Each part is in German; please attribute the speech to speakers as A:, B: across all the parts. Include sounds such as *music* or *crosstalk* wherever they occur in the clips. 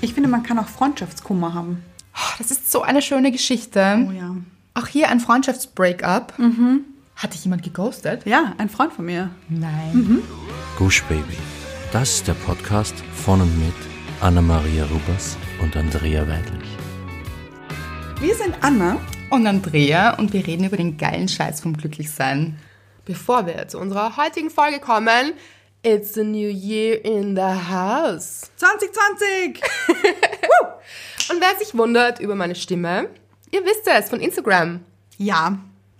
A: Ich finde, man kann auch Freundschaftskummer haben.
B: Oh, das ist so eine schöne Geschichte.
A: Oh ja. Mhm.
B: Auch hier ein Freundschaftsbreakup. Hat dich jemand geghostet?
A: Ja, ein Freund von mir.
B: Nein.
C: Mhm.
D: Gush Baby. Das ist der Podcast von und mit Anna-Maria Rubers und Andrea Weidlich.
A: Wir sind Anna.
B: Und Andrea und wir reden über den geilen Scheiß vom Glücklichsein.
C: Bevor wir zu unserer heutigen Folge kommen, it's the new year in the house.
A: 2020!
C: Und wer sich wundert über meine Stimme, ihr wisst es von Instagram.
A: Ja,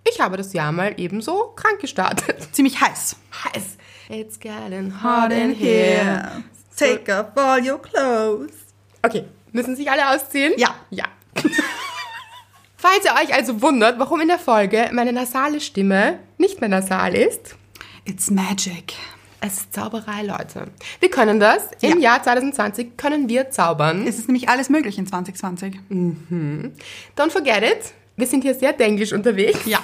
C: Ich habe das Jahr mal ebenso krank gestartet. *laughs*
A: ziemlich heiß.
C: Heiß. It's getting hot in here.
A: Take off all your clothes.
C: Okay, müssen sich alle ausziehen?
A: Ja.
C: Ja. *laughs* Falls ihr euch also wundert, warum in der Folge meine nasale Stimme nicht mehr nasal ist,
A: It's magic.
C: es ist Zauberei, Leute. Wir können das. Im Jahr 2020 können wir zaubern.
A: Es ist nämlich alles möglich in 2020.
C: Don't forget it. Wir sind hier sehr denglisch unterwegs.
A: Ja.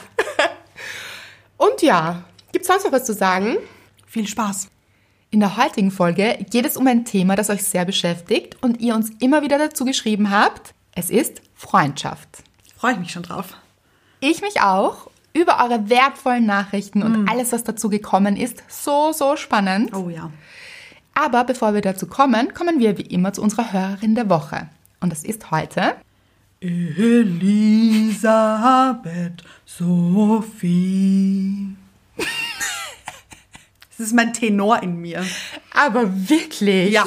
C: *laughs* Und ja, gibt's sonst noch was zu sagen?
A: Viel Spaß.
B: In der heutigen Folge geht es um ein Thema, das euch sehr beschäftigt und ihr uns immer wieder dazu geschrieben habt. Es ist Freundschaft.
A: Freue ich mich schon drauf.
B: Ich mich auch über eure wertvollen Nachrichten und alles, was dazu gekommen ist. So, so spannend.
A: Oh ja.
B: Aber bevor wir dazu kommen, kommen wir wie immer zu unserer Hörerin der Woche. Und das ist heute
A: Elisabeth Sophie. Das ist mein Tenor in mir.
B: Aber wirklich? Ja.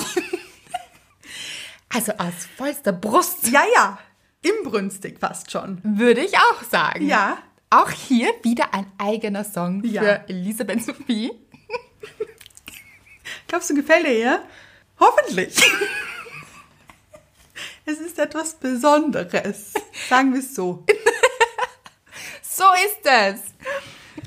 B: Also aus vollster Brust
A: Ja, *laughs* ja. Imbrünstig fast schon.
B: würde ich auch sagen.
A: Ja.
B: Auch hier wieder ein eigener Song
A: Ja.
B: für Elisabeth Sophie.
A: Glaubst du, gefällt dir ihr? Hoffentlich. *laughs* Es ist etwas Besonderes. Sagen wir es so.
B: So ist es.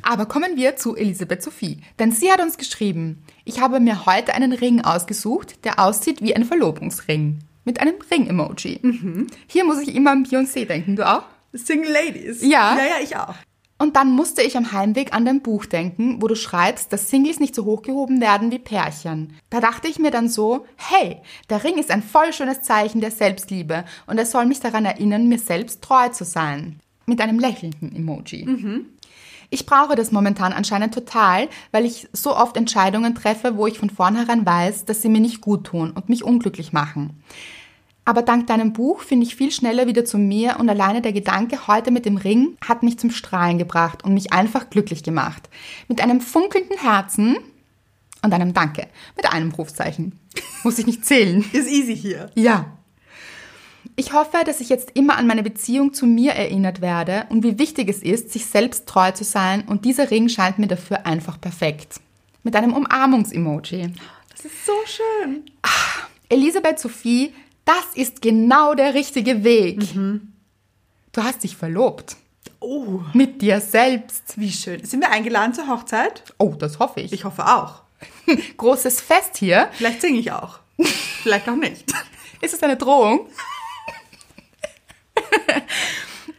B: Aber kommen wir zu Elisabeth Sophie. Denn sie hat uns geschrieben, ich habe mir heute einen Ring ausgesucht, der aussieht wie ein Verlobungsring. Mit einem Ring-Emoji. Hier muss ich immer an Beyoncé denken, du auch?
A: Single Ladies.
B: Ja.
A: Ja, ja, ich auch.
B: Und dann musste ich am Heimweg an dein Buch denken, wo du schreibst, dass Singles nicht so hochgehoben werden wie Pärchen. Da dachte ich mir dann so, hey, der Ring ist ein voll schönes Zeichen der Selbstliebe und er soll mich daran erinnern, mir selbst treu zu sein. Mit einem lächelnden Emoji. Ich brauche das momentan anscheinend total, weil ich so oft Entscheidungen treffe, wo ich von vornherein weiß, dass sie mir nicht gut tun und mich unglücklich machen. Aber dank deinem Buch finde ich viel schneller wieder zu mir und alleine der Gedanke heute mit dem Ring hat mich zum Strahlen gebracht und mich einfach glücklich gemacht. Mit einem funkelnden Herzen und einem Danke. Mit einem Rufzeichen. *laughs* Muss ich nicht zählen.
A: Ist easy hier.
B: Ja. Ich hoffe, dass ich jetzt immer an meine Beziehung zu mir erinnert werde und wie wichtig es ist, sich selbst treu zu sein und dieser Ring scheint mir dafür einfach perfekt. Mit einem Umarmungs-Emoji.
A: Das ist so schön.
B: Elisabeth Sophie, das ist genau der richtige Weg. Du hast dich verlobt.
A: Oh,
B: Mit dir selbst.
A: wie schön. Sind wir eingeladen zur Hochzeit?
B: Oh, das hoffe ich.
A: Ich hoffe auch.
B: Großes Fest hier.
A: Vielleicht singe ich auch. Vielleicht auch nicht.
B: Ist es eine Drohung?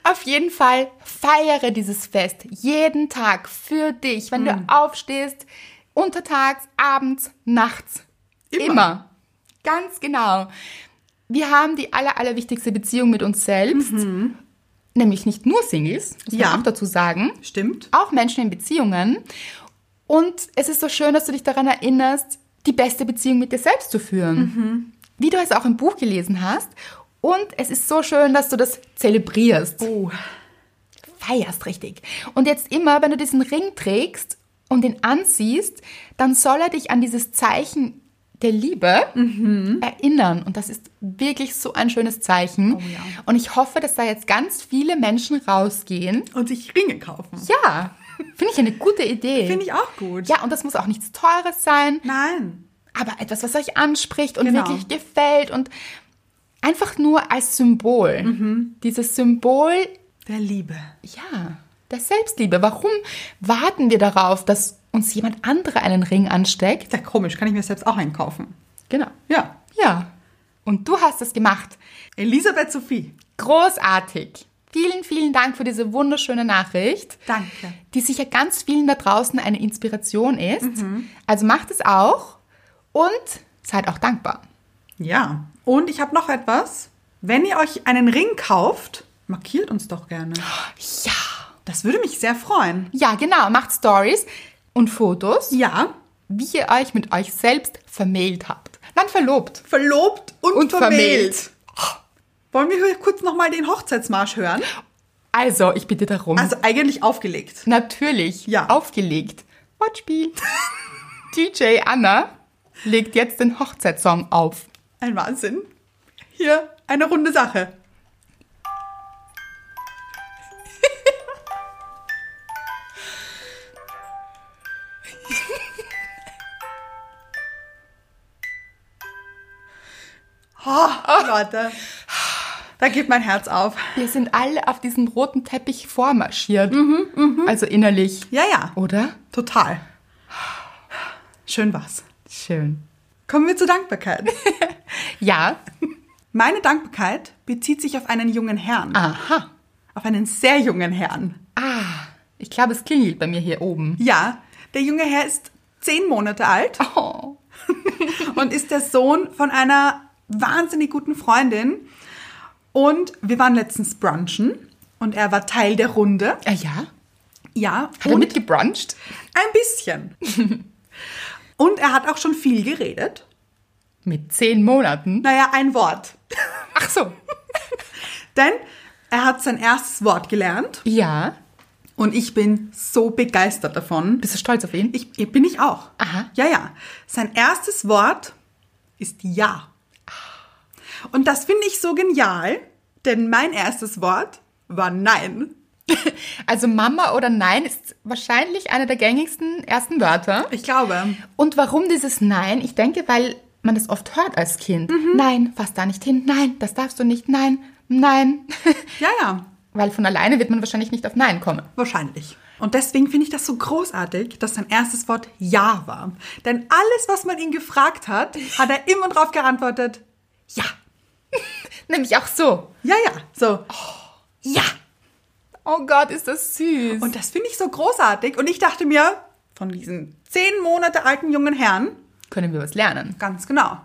B: Auf jeden Fall feiere dieses Fest jeden Tag für dich, wenn
A: Hm.
B: du aufstehst, untertags, abends, nachts. Immer.
A: Immer.
B: Ganz genau. Wir haben die aller, allerwichtigste Beziehung mit uns selbst, nämlich nicht nur Singles, muss
A: Mhm. Ja.
B: man auch dazu sagen,
A: Stimmt.
B: auch Menschen in Beziehungen. Und es ist so schön, dass du dich daran erinnerst, die beste Beziehung mit dir selbst zu führen.
A: Mhm.
B: Wie du es auch im Buch gelesen hast. Und es ist so schön, dass du das zelebrierst.
A: Oh.
B: Feierst richtig. Und jetzt immer, wenn du diesen Ring trägst und ihn ansiehst, dann soll er dich an dieses Zeichen der Liebe
A: Mhm.
B: erinnern. Und das ist wirklich so ein schönes Zeichen.
A: Oh
B: Und ich hoffe, dass da jetzt ganz viele Menschen rausgehen.
A: Und sich Ringe kaufen.
B: Ja, finde ich eine gute Idee.
A: Finde ich auch gut.
B: Ja, und das muss auch nichts Teures sein,
A: Nein.
B: aber etwas, was euch anspricht und
A: Genau.
B: wirklich gefällt und einfach nur als Symbol.
A: Mhm.
B: Dieses Symbol,
A: Der Liebe.
B: ja, der Selbstliebe. Warum warten wir darauf, dass uns jemand anderer einen Ring ansteckt?
A: Ist ja komisch, kann ich mir selbst auch einkaufen.
B: Genau.
A: Ja.
B: Ja. Und du hast es gemacht.
A: Elisabeth Sophie.
B: Großartig. Vielen, vielen Dank für diese wunderschöne Nachricht.
A: Danke.
B: die sicher ganz vielen da draußen eine Inspiration ist. Also macht es auch und seid auch dankbar.
A: Ja. Und ich habe noch etwas. Wenn ihr euch einen Ring kauft, markiert uns doch gerne.
B: Ja.
A: Das würde mich sehr freuen.
B: Ja, genau. Macht Stories und Fotos,
A: Ja.
B: wie ihr euch mit euch selbst vermählt habt. Dann verlobt.
A: Verlobt und,
B: Und
A: vermählt.
B: vermählt.
A: Wollen wir hier kurz nochmal den Hochzeitsmarsch hören?
B: Also, ich bitte darum.
A: Also eigentlich aufgelegt.
B: Natürlich.
A: Ja.
B: Aufgelegt. Wortspiel. *laughs* DJ Anna legt jetzt den Hochzeitssong auf.
A: Ein Wahnsinn. Hier eine runde Sache. Oh, Leute, da geht mein Herz auf.
B: Wir sind alle auf diesem roten Teppich vormarschiert. Also innerlich.
A: Mhm, Ja, ja,
B: Oder?
A: total. Schön war's.
B: Schön.
A: Kommen wir zur Dankbarkeit.
B: Ja.
A: Meine Dankbarkeit bezieht sich auf einen jungen Herrn.
B: Aha.
A: Auf einen sehr jungen Herrn.
B: Ah. Ich glaube, es klingelt bei mir hier oben.
A: Ja, der junge Herr ist zehn Monate alt
B: Oh.
A: und ist der Sohn von einer wahnsinnig guten Freundin. Und wir waren letztens brunchen und er war Teil der Runde.
B: Ah, ja.
A: Ja,
B: Hat er
A: und
B: mitgebruncht?
A: ein bisschen.
B: *laughs*
A: Und er hat auch schon viel geredet.
B: Mit zehn Monaten?
A: Naja, ein Wort.
B: Ach so.
A: Denn er hat sein erstes Wort gelernt
B: Ja.
A: und ich bin so begeistert davon.
B: Bist du stolz auf ihn?
A: Ich, bin ich auch.
B: Aha.
A: Ja, ja. Sein erstes Wort ist Ja. Und das finde ich so genial, denn mein erstes Wort war Nein.
B: Also Mama oder Nein ist wahrscheinlich eine der gängigsten ersten Wörter.
A: Ich glaube.
B: Und warum dieses Nein? Ich denke, weil man das oft hört als Kind.
A: Mhm.
B: Nein, fass da nicht hin. Nein, das darfst du nicht. Nein, nein. *laughs*
A: Ja, ja.
B: weil von alleine wird man wahrscheinlich nicht auf Nein kommen.
A: Wahrscheinlich. Und deswegen finde ich das so großartig, dass sein erstes Wort Ja war. Denn alles, was man ihn gefragt hat, hat er immer drauf geantwortet.
B: Ja. Nämlich auch so.
A: Ja, ja. So.
B: Ja. Oh Gott, ist das süß.
A: Und das finde ich so großartig. Und ich dachte mir, von diesem zehn Monate alten jungen Herrn,
B: können wir was lernen?
A: Ganz genau.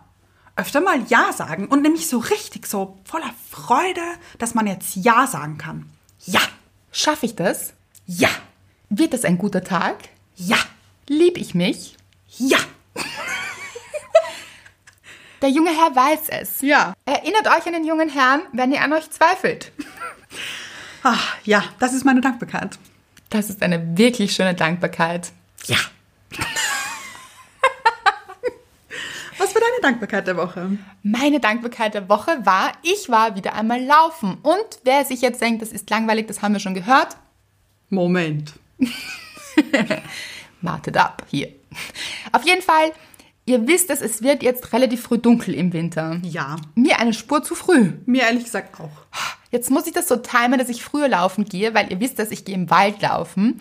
A: Öfter mal Ja sagen und nämlich so richtig, so voller Freude, dass man jetzt Ja sagen kann. Ja,
B: Schaffe ich das?
A: ja,
B: Wird das ein guter Tag?
A: ja,
B: Lieb ich mich?
A: ja.
B: Der junge Herr weiß es.
A: Ja.
B: Erinnert euch an den jungen Herrn, wenn ihr an euch zweifelt.
A: Ach, Ah, ja, das ist meine Dankbarkeit.
B: Das ist eine wirklich schöne Dankbarkeit.
A: Ja. *laughs* Was war deine Dankbarkeit der Woche?
B: Meine Dankbarkeit der Woche war, ich war wieder einmal laufen. Und wer sich jetzt denkt, das ist langweilig, das haben wir schon gehört,
A: Moment.
B: wartet ab hier. Auf jeden Fall, ihr wisst es, es wird jetzt relativ früh dunkel im Winter.
A: Ja,
B: Mir eine Spur zu früh.
A: mir ehrlich gesagt auch.
B: Jetzt muss ich das so timen, dass ich früher laufen gehe, weil ihr wisst, dass ich gehe im Wald laufen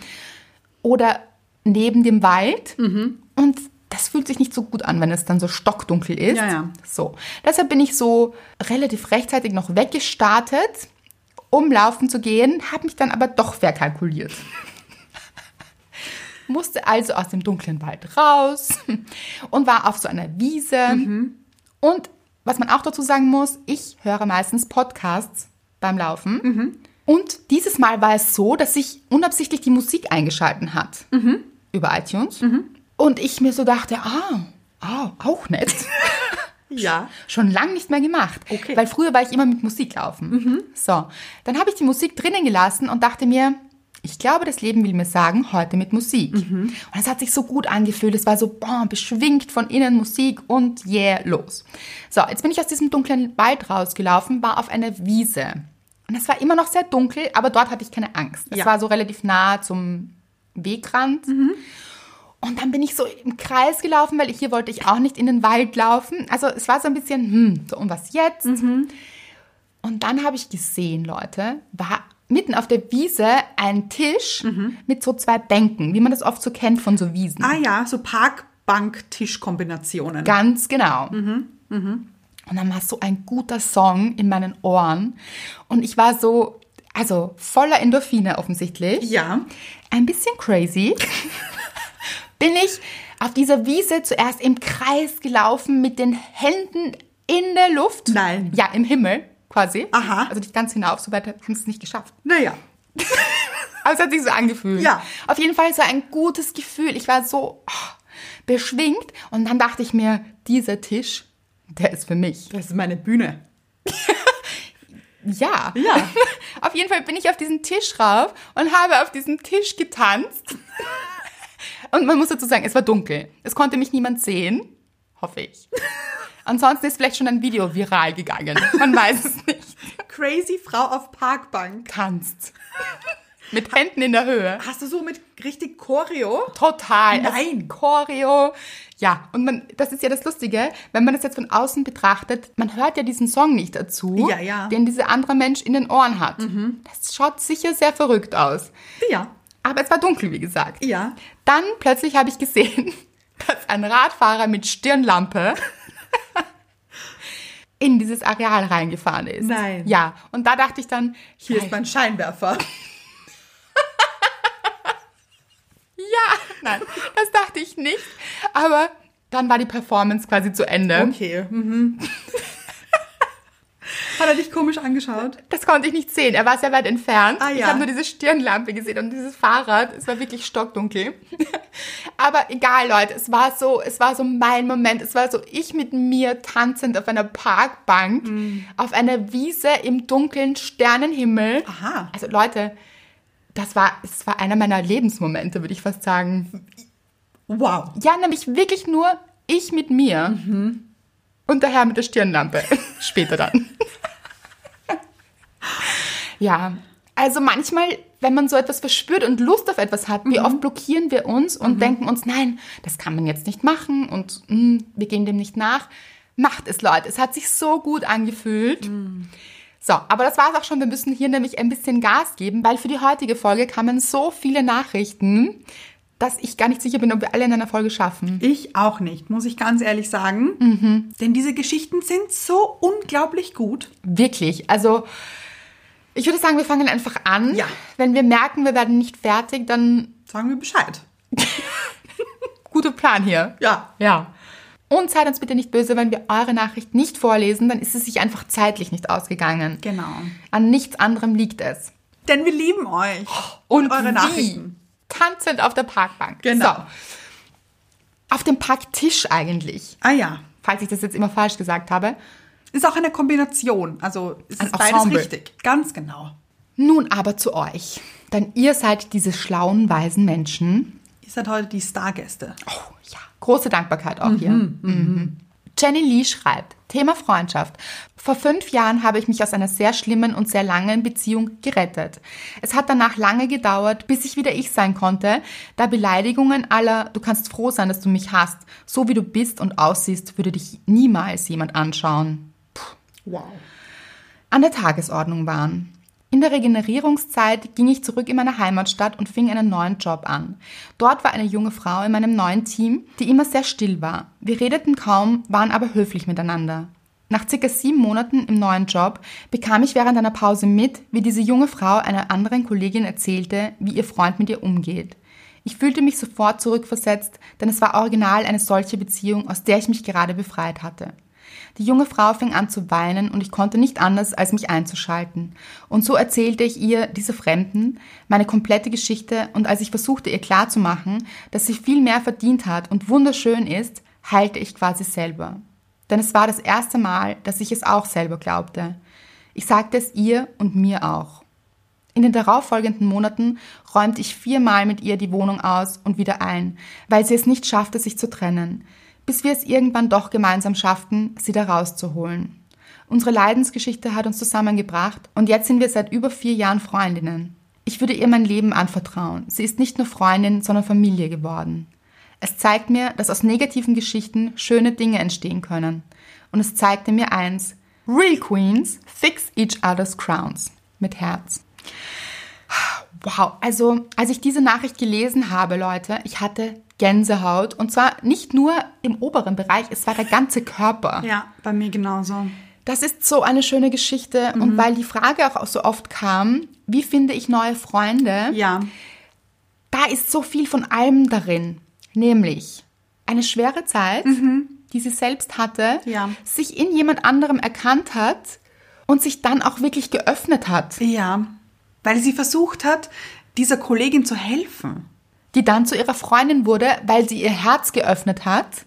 B: oder neben dem Wald.
A: Mhm.
B: Und das fühlt sich nicht so gut an, wenn es dann so stockdunkel ist.
A: Ja, ja.
B: So. Deshalb bin ich so relativ rechtzeitig noch weggestartet, um laufen zu gehen, habe mich dann aber doch verkalkuliert. *laughs* Musste also aus dem dunklen Wald raus und war auf so einer Wiese.
A: Mhm.
B: Und was man auch dazu sagen muss, ich höre meistens Podcasts beim Laufen. Und dieses Mal war es so, dass sich unabsichtlich die Musik eingeschalten hat über iTunes. Und ich mir so dachte, ah, ah auch nett.
A: Ja.
B: Schon lang nicht mehr gemacht.
A: Okay.
B: Weil früher war ich immer mit Musik laufen. So, dann habe ich die Musik drinnen gelassen und dachte mir, ich glaube, das Leben will mir sagen, heute mit Musik. Und es hat sich so gut angefühlt. Es war so boah, beschwingt von innen Musik und yeah, los. So, jetzt bin ich aus diesem dunklen Wald rausgelaufen, war auf einer Wiese. Und es war immer noch sehr dunkel, aber dort hatte ich keine Angst. Es
A: Ja. Mhm.
B: war so relativ nah zum Wegrand. Und dann bin ich so im Kreis gelaufen, weil ich hier wollte ich auch nicht in den Wald laufen. Also es war so ein bisschen, hm, so und was jetzt?
A: Mhm.
B: Und dann habe ich gesehen, Leute, war mitten auf der Wiese ein Tisch mit so zwei Bänken, wie man das oft so kennt von so Wiesen.
A: Mhm. Ah ja, so Park-Bank-Tisch-Kombinationen.
B: Ganz genau.
A: Mhm.
B: Und dann war so ein guter Song in meinen Ohren. Und ich war so, also voller Endorphine offensichtlich.
A: Ja.
B: Ein bisschen crazy. bin ich auf dieser Wiese zuerst im Kreis gelaufen, mit den Händen in der Luft.
A: Nein.
B: Ja, im Himmel quasi.
A: Aha.
B: Also nicht ganz hinauf, so weit haben sie es nicht geschafft.
A: Naja.
B: Aber es hat sich so angefühlt.
A: Ja.
B: Auf jeden Fall, es war ein gutes Gefühl. Ich war so oh, beschwingt. Und dann dachte ich mir, dieser Tisch, der ist für mich.
A: Das ist meine Bühne.
B: Ja.
A: Ja.
B: *laughs* auf jeden Fall bin ich auf diesen Tisch rauf und habe auf diesem Tisch
A: *laughs*
B: getanzt. und man muss dazu sagen, es war dunkel. Es konnte mich niemand sehen. Hoffe ich. Ansonsten ist vielleicht schon ein Video viral gegangen. Man weiß es nicht.
A: Crazy Frau auf Parkbank.
B: Tanzt. Mit Händen in der Höhe.
A: Hast du so mit richtig Choreo?
B: Total.
A: Nein.
B: Es- Choreo. Ja, und man, das ist ja das Lustige, wenn man das jetzt von außen betrachtet, man hört ja diesen Song nicht dazu,
A: Ja, ja. Mhm.
B: den dieser andere Mensch in den Ohren hat. Das schaut sicher sehr verrückt aus.
A: Ja.
B: Aber es war dunkel, wie gesagt.
A: Ja.
B: Dann plötzlich habe ich gesehen, *laughs* dass ein Radfahrer mit Stirnlampe *laughs* in dieses Areal reingefahren ist.
A: Nein.
B: Ja, und da dachte ich dann,
A: Hier ist mein *laughs* Scheinwerfer.
B: *laughs* Ja, nein, das dachte ich nicht. Aber dann war die Performance quasi zu Ende.
A: Okay. Mhm. *laughs* Hat er dich komisch angeschaut?
B: Das konnte ich nicht sehen. Er war sehr weit entfernt.
A: Ah,
B: Ich
A: ja.
B: habe nur diese Stirnlampe gesehen und dieses Fahrrad. Es war wirklich stockdunkel. *laughs* Aber egal, Leute. Es war so, es war so mein Moment. Es war so ich mit mir tanzend auf einer Parkbank,
A: Mhm.
B: auf einer Wiese im dunklen Sternenhimmel.
A: Aha.
B: Also Leute, das war, es war einer meiner Lebensmomente, würde ich fast sagen.
A: Wow.
B: Ja, nämlich wirklich nur ich mit mir.
A: Mhm.
B: Und der Herr mit der Stirnlampe. Später dann. ja, also manchmal, wenn man so etwas verspürt und Lust auf etwas hat, wie oft blockieren wir uns und denken uns, nein, das kann man jetzt nicht machen und mm, wir gehen dem nicht nach. Macht es, Leute. Es hat sich so gut angefühlt. So, aber das war's auch schon. Wir müssen hier nämlich ein bisschen Gas geben, weil für die heutige Folge kamen so viele Nachrichten, dass ich gar nicht sicher bin, ob wir alle in einer Folge schaffen.
A: Ich auch nicht, muss ich ganz ehrlich sagen. Denn diese Geschichten sind so unglaublich gut.
B: Wirklich. Also, ich würde sagen, wir fangen einfach an.
A: Ja.
B: Wenn wir merken, wir werden nicht fertig, dann
A: Sagen wir Bescheid.
B: guter Plan hier.
A: Ja.
B: Ja. Und seid uns bitte nicht böse, wenn wir eure Nachricht nicht vorlesen, dann ist es sich einfach zeitlich nicht ausgegangen.
A: Genau.
B: An nichts anderem liegt es.
A: Denn wir lieben euch.
B: und
A: eure
B: wie?
A: Nachrichten.
B: Tanzend auf der Parkbank.
A: Genau.
B: So. Auf dem Parktisch eigentlich,
A: Ah ja.
B: falls ich das jetzt immer falsch gesagt habe.
A: Ist auch eine Kombination. Also es
B: Ein
A: ist beides
B: Ensemble.
A: richtig. Ganz genau.
B: Nun aber zu euch, denn ihr seid diese schlauen, weisen Menschen.
A: Ihr seid heute die Stargäste.
B: Oh ja, große Dankbarkeit auch hier. Mhm. Jenny Lee schreibt, Thema Freundschaft. Vor fünf Jahren habe ich mich aus einer sehr schlimmen und sehr langen Beziehung gerettet. Es hat danach lange gedauert, bis ich wieder ich sein konnte, da Beleidigungen aller, du kannst froh sein, dass du mich hast, so wie du bist und aussiehst, würde dich niemals jemand anschauen
A: Wow.
B: an der Tagesordnung waren. In der Regenerierungszeit ging ich zurück in meine Heimatstadt und fing einen neuen Job an. Dort war eine junge Frau in meinem neuen Team, die immer sehr still war. Wir redeten kaum, waren aber höflich miteinander. Nach circa sieben Monaten im neuen Job bekam ich während einer Pause mit, wie diese junge Frau einer anderen Kollegin erzählte, wie ihr Freund mit ihr umgeht. Ich fühlte mich sofort zurückversetzt, denn es war original eine solche Beziehung, aus der ich mich gerade befreit hatte. Die junge Frau fing an zu weinen und ich konnte nicht anders, als mich einzuschalten. Und so erzählte ich ihr, diese Fremden, meine komplette Geschichte und als ich versuchte, ihr klarzumachen, dass sie viel mehr verdient hat und wunderschön ist, heilte ich quasi selber. Denn es war das erste Mal, dass ich es auch selber glaubte. Ich sagte es ihr und mir auch. In den darauffolgenden Monaten räumte ich viermal mit ihr die Wohnung aus und wieder ein, weil sie es nicht schaffte, sich zu trennen, bis wir es irgendwann doch gemeinsam schafften, sie da rauszuholen. Unsere Leidensgeschichte hat uns zusammengebracht und jetzt sind wir seit über vier Jahren Freundinnen. Ich würde ihr mein Leben anvertrauen. Sie ist nicht nur Freundin, sondern Familie geworden. Es zeigt mir, dass aus negativen Geschichten schöne Dinge entstehen können. Und es zeigte mir eins. Real Queens fix each other's crowns. Mit Herz. Wow, also als ich diese Nachricht gelesen habe, Leute, ich hatte Gänsehaut und zwar nicht nur im oberen Bereich, es war der ganze Körper.
A: Ja, bei mir genauso.
B: Das ist so eine schöne Geschichte
A: Mhm.
B: und weil die Frage auch so oft kam, wie finde ich neue Freunde?
A: Ja.
B: da ist so viel von allem darin. Nämlich eine schwere Zeit, die sie selbst hatte,
A: Mhm. Ja.
B: sich in jemand anderem erkannt hat und sich dann auch wirklich geöffnet hat,
A: Ja, weil sie versucht hat, dieser Kollegin zu helfen.
B: die dann zu ihrer Freundin wurde, weil sie ihr Herz geöffnet hat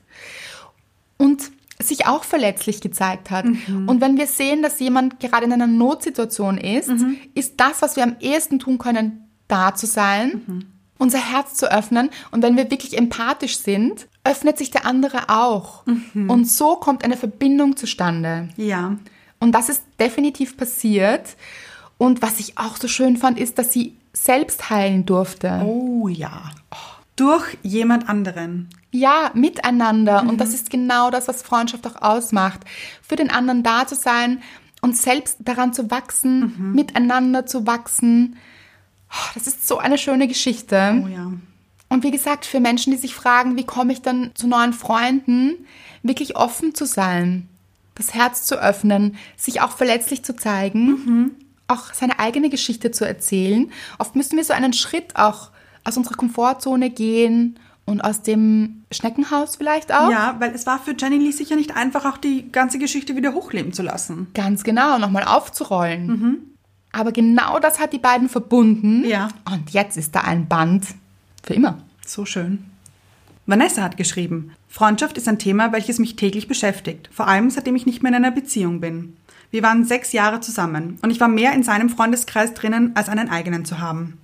B: und sich auch verletzlich gezeigt hat. Und wenn wir sehen, dass jemand gerade in einer Notsituation ist, ist das, was wir am ehesten tun können, da zu sein, unser Herz zu öffnen. Und wenn wir wirklich empathisch sind, öffnet sich der andere auch. Und so kommt eine Verbindung zustande.
A: Ja.
B: Und das ist definitiv passiert. Und was ich auch so schön fand, ist, dass sie selbst heilen durfte.
A: Oh ja. Durch jemand anderen.
B: Ja, miteinander. Und
A: Mhm.
B: das ist genau das, was Freundschaft auch ausmacht. Für den anderen da zu sein und selbst daran zu wachsen,
A: Mhm.
B: miteinander zu wachsen. Oh, Das ist so eine schöne Geschichte.
A: Oh ja.
B: Und wie gesagt, für Menschen, die sich fragen, wie komme ich dann zu neuen Freunden, wirklich offen zu sein, das Herz zu öffnen, sich auch verletzlich zu zeigen,
A: Mhm.
B: auch seine eigene Geschichte zu erzählen. Oft müssen wir so einen Schritt auch aus unserer Komfortzone gehen und aus dem Schneckenhaus vielleicht auch.
A: Ja, weil es war für Jenny Lee sicher nicht einfach, auch die ganze Geschichte wieder hochleben zu lassen.
B: Ganz genau, nochmal aufzurollen. Aber genau das hat die beiden verbunden.
A: Mhm. Ja.
B: Und jetzt ist da ein Band für immer.
A: So schön. Vanessa hat geschrieben, Freundschaft ist ein Thema, welches mich täglich beschäftigt, vor allem seitdem ich nicht mehr in einer Beziehung bin. Wir waren sechs Jahre zusammen und ich war mehr in seinem Freundeskreis drinnen, als einen eigenen zu haben.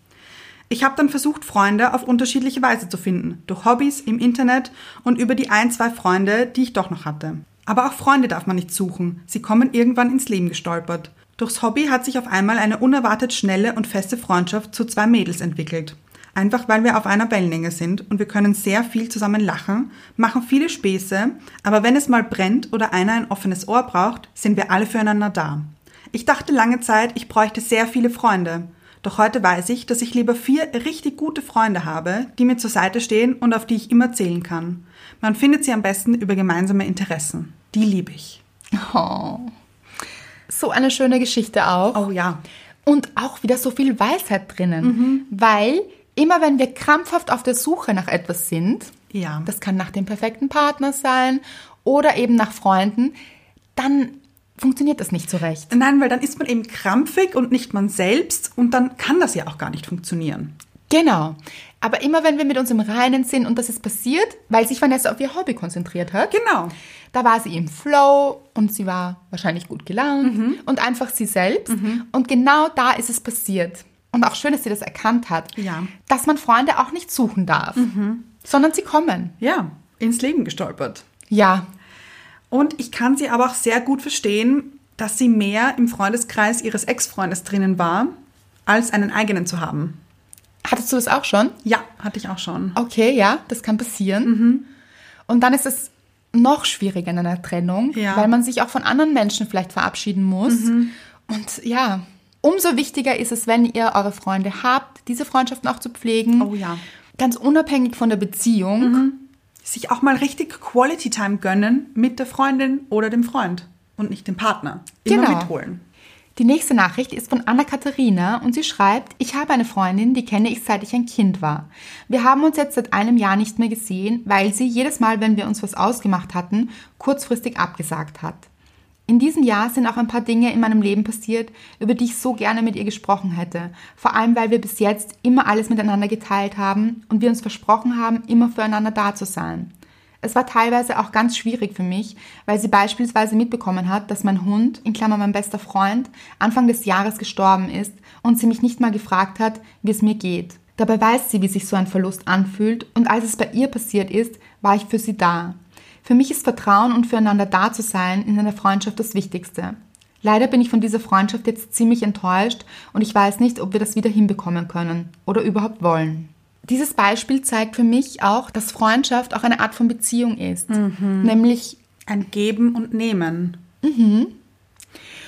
A: Ich habe dann versucht, Freunde auf unterschiedliche Weise zu finden, durch Hobbys, im Internet und über die ein, zwei Freunde, die ich doch noch hatte. Aber auch Freunde darf man nicht suchen, sie kommen irgendwann ins Leben gestolpert. Durchs Hobby hat sich auf einmal eine unerwartet schnelle und feste Freundschaft zu zwei Mädels entwickelt. Einfach weil wir auf einer Wellenlänge sind und wir können sehr viel zusammen lachen, machen viele Späße, aber wenn es mal brennt oder einer ein offenes Ohr braucht, sind wir alle füreinander da. Ich dachte lange Zeit, ich bräuchte sehr viele Freunde. Doch heute weiß ich, dass ich lieber vier richtig gute Freunde habe, die mir zur Seite stehen und auf die ich immer zählen kann. Man findet sie am besten über gemeinsame Interessen. Die liebe ich.
B: Oh. So eine schöne Geschichte auch.
A: Oh ja.
B: Und auch wieder so viel Weisheit drinnen. Weil immer wenn wir krampfhaft auf der Suche nach etwas sind,
A: Ja.
B: das kann nach dem perfekten Partner sein oder eben nach Freunden, dann funktioniert das nicht so recht.
A: Nein, weil dann ist man eben krampfig und nicht man selbst und dann kann das ja auch gar nicht funktionieren.
B: Genau. Aber immer wenn wir mit uns im Reinen sind und das ist passiert, weil sich Vanessa auf ihr Hobby konzentriert hat,
A: Genau.
B: Da war sie im Flow und sie war wahrscheinlich gut gelaunt und einfach sie selbst. Und genau da ist es passiert. Und auch schön, dass sie das erkannt hat,
A: Ja.
B: dass man Freunde auch nicht suchen darf, sondern sie kommen.
A: Ja, ins Leben gestolpert.
B: Ja,
A: Und ich kann sie aber auch sehr gut verstehen, dass sie mehr im Freundeskreis ihres Ex-Freundes drinnen war, als einen eigenen zu haben.
B: hattest du das auch schon?
A: Ja, hatte ich auch schon.
B: Okay, ja, das kann passieren.
A: Mhm.
B: Und dann ist es noch schwieriger in einer Trennung,
A: Ja. Mhm.
B: weil man sich auch von anderen Menschen vielleicht verabschieden muss. Und ja, umso wichtiger ist es, wenn ihr eure Freunde habt, diese Freundschaften auch zu pflegen.
A: Oh ja. Mhm.
B: Ganz unabhängig von der Beziehung.
A: Sich auch mal richtig Quality Time gönnen mit der Freundin oder dem Freund und nicht dem Partner. Immer
B: Genau.
A: mitholen.
B: Die nächste Nachricht ist von Anna-Katharina und sie schreibt, ich habe eine Freundin, die kenne ich seit ich ein Kind war. Wir haben uns jetzt seit einem Jahr nicht mehr gesehen, weil sie jedes Mal, wenn wir uns was ausgemacht hatten, kurzfristig abgesagt hat. In diesem Jahr sind auch ein paar Dinge in meinem Leben passiert, über die ich so gerne mit ihr gesprochen hätte. Vor allem, weil wir bis jetzt immer alles miteinander geteilt haben und wir uns versprochen haben, immer füreinander da zu sein. Es war teilweise auch ganz schwierig für mich, weil sie beispielsweise mitbekommen hat, dass mein Hund, in Klammern mein bester Freund, Anfang des Jahres gestorben ist und sie mich nicht mal gefragt hat, wie es mir geht. Dabei weiß sie, wie sich so ein Verlust anfühlt und als es bei ihr passiert ist, war ich für sie da. Für mich ist Vertrauen und füreinander da zu sein in einer Freundschaft das Wichtigste. Leider bin ich von dieser Freundschaft jetzt ziemlich enttäuscht und ich weiß nicht, ob wir das wieder hinbekommen können oder überhaupt wollen. Dieses Beispiel zeigt für mich auch, dass Freundschaft auch eine Art von Beziehung ist. Nämlich,
A: Ein Geben und Nehmen.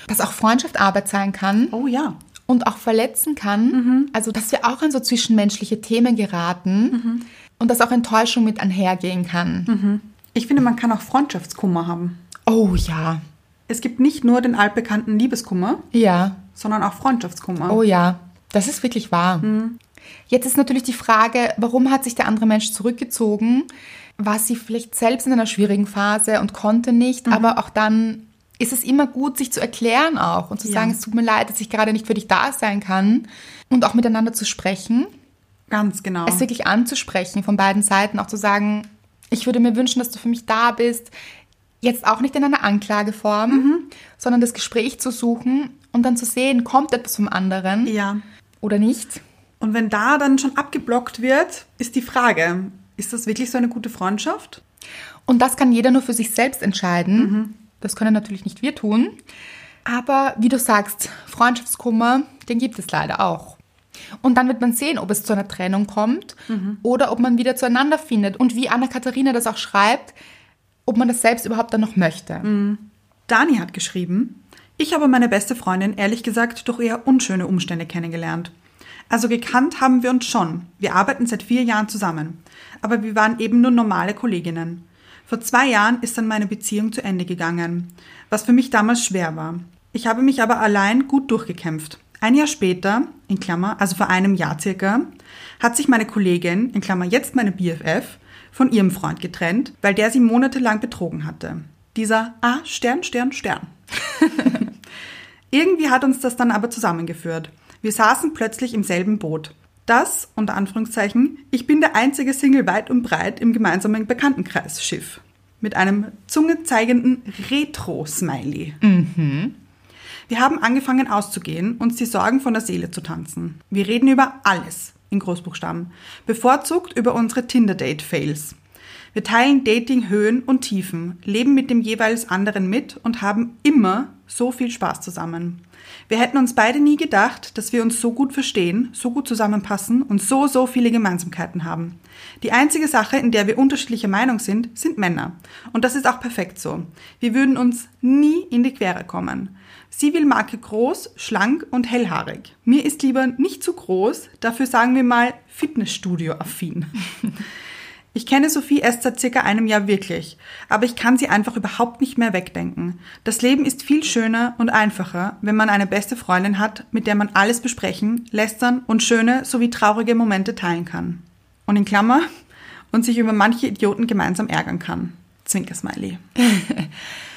B: dass auch Freundschaft Arbeit sein kann
A: Oh ja.
B: und auch verletzen kann. Also, dass wir auch an so zwischenmenschliche Themen geraten und dass auch Enttäuschung mit einhergehen kann.
A: Ich finde, man kann auch Freundschaftskummer haben.
B: Oh ja,
A: Es gibt nicht nur den altbekannten Liebeskummer,
B: ja.
A: sondern auch Freundschaftskummer.
B: Oh ja, Hm. das ist wirklich wahr. Jetzt ist natürlich die Frage, warum hat sich der andere Mensch zurückgezogen? war sie vielleicht selbst in einer schwierigen Phase und konnte nicht, aber auch dann ist es immer gut, sich zu erklären auch und zu
A: Ja.
B: sagen, es tut mir leid, dass ich gerade nicht für dich da sein kann und auch miteinander zu sprechen,
A: Ganz genau.
B: es wirklich anzusprechen von beiden Seiten, auch zu sagen, ich würde mir wünschen, dass du für mich da bist, jetzt auch nicht in einer Anklageform, sondern das Gespräch zu suchen und dann zu sehen, kommt etwas vom anderen
A: ja.
B: oder nicht.
A: Und wenn da dann schon abgeblockt wird, ist die Frage, ist das wirklich so eine gute Freundschaft?
B: Und das kann jeder nur für sich selbst entscheiden. Das können natürlich nicht wir tun. Aber wie du sagst, Freundschaftskummer, den gibt es leider auch. Und dann wird man sehen, ob es zu einer Trennung kommt oder ob man wieder zueinander findet. Und wie Anna-Katharina das auch schreibt, ob man das selbst überhaupt dann noch möchte.
A: Dani hat geschrieben, ich habe meine beste Freundin ehrlich gesagt durch eher unschöne Umstände kennengelernt. Also gekannt haben wir uns schon. Wir arbeiten seit vier Jahren zusammen. Aber wir waren eben nur normale Kolleginnen. Vor zwei Jahren ist dann meine Beziehung zu Ende gegangen, was für mich damals schwer war. Ich habe mich aber allein gut durchgekämpft. Ein Jahr später, in Klammer, also vor einem Jahr circa, hat sich meine Kollegin, in Klammer jetzt meine BFF, von ihrem Freund getrennt, weil der sie monatelang betrogen hatte. Dieser A Stern Stern Stern. Irgendwie hat uns das dann aber zusammengeführt. Wir saßen plötzlich im selben Boot. Das, unter Anführungszeichen, ich bin der einzige Single weit und breit im gemeinsamen Bekanntenkreis Schiff. Mit einem zungezeigenden Retro-Smiley. Wir haben angefangen auszugehen, uns die Sorgen von der Seele zu tanzen. Wir reden über alles, in Großbuchstaben. Bevorzugt über unsere Tinder-Date-Fails. Wir teilen Dating-Höhen und Tiefen, leben mit dem jeweils anderen mit und haben immer so viel Spaß zusammen. Wir hätten uns beide nie gedacht, dass wir uns so gut verstehen, so gut zusammenpassen und so, so viele Gemeinsamkeiten haben. Die einzige Sache, in der wir unterschiedlicher Meinung sind, sind Männer. Und das ist auch perfekt so. Wir würden uns nie in die Quere kommen. Sie will Marke groß, schlank und hellhaarig. Mir ist lieber nicht zu groß, dafür sagen wir mal Fitnessstudio-affin. Ich kenne Sophie erst seit circa einem Jahr wirklich, aber ich kann sie einfach überhaupt nicht mehr wegdenken. Das Leben ist viel schöner und einfacher, wenn man eine beste Freundin hat, mit der man alles besprechen, lästern und schöne sowie traurige Momente teilen kann. Und in Klammer, und sich über manche Idioten gemeinsam ärgern kann. Zwinkersmiley.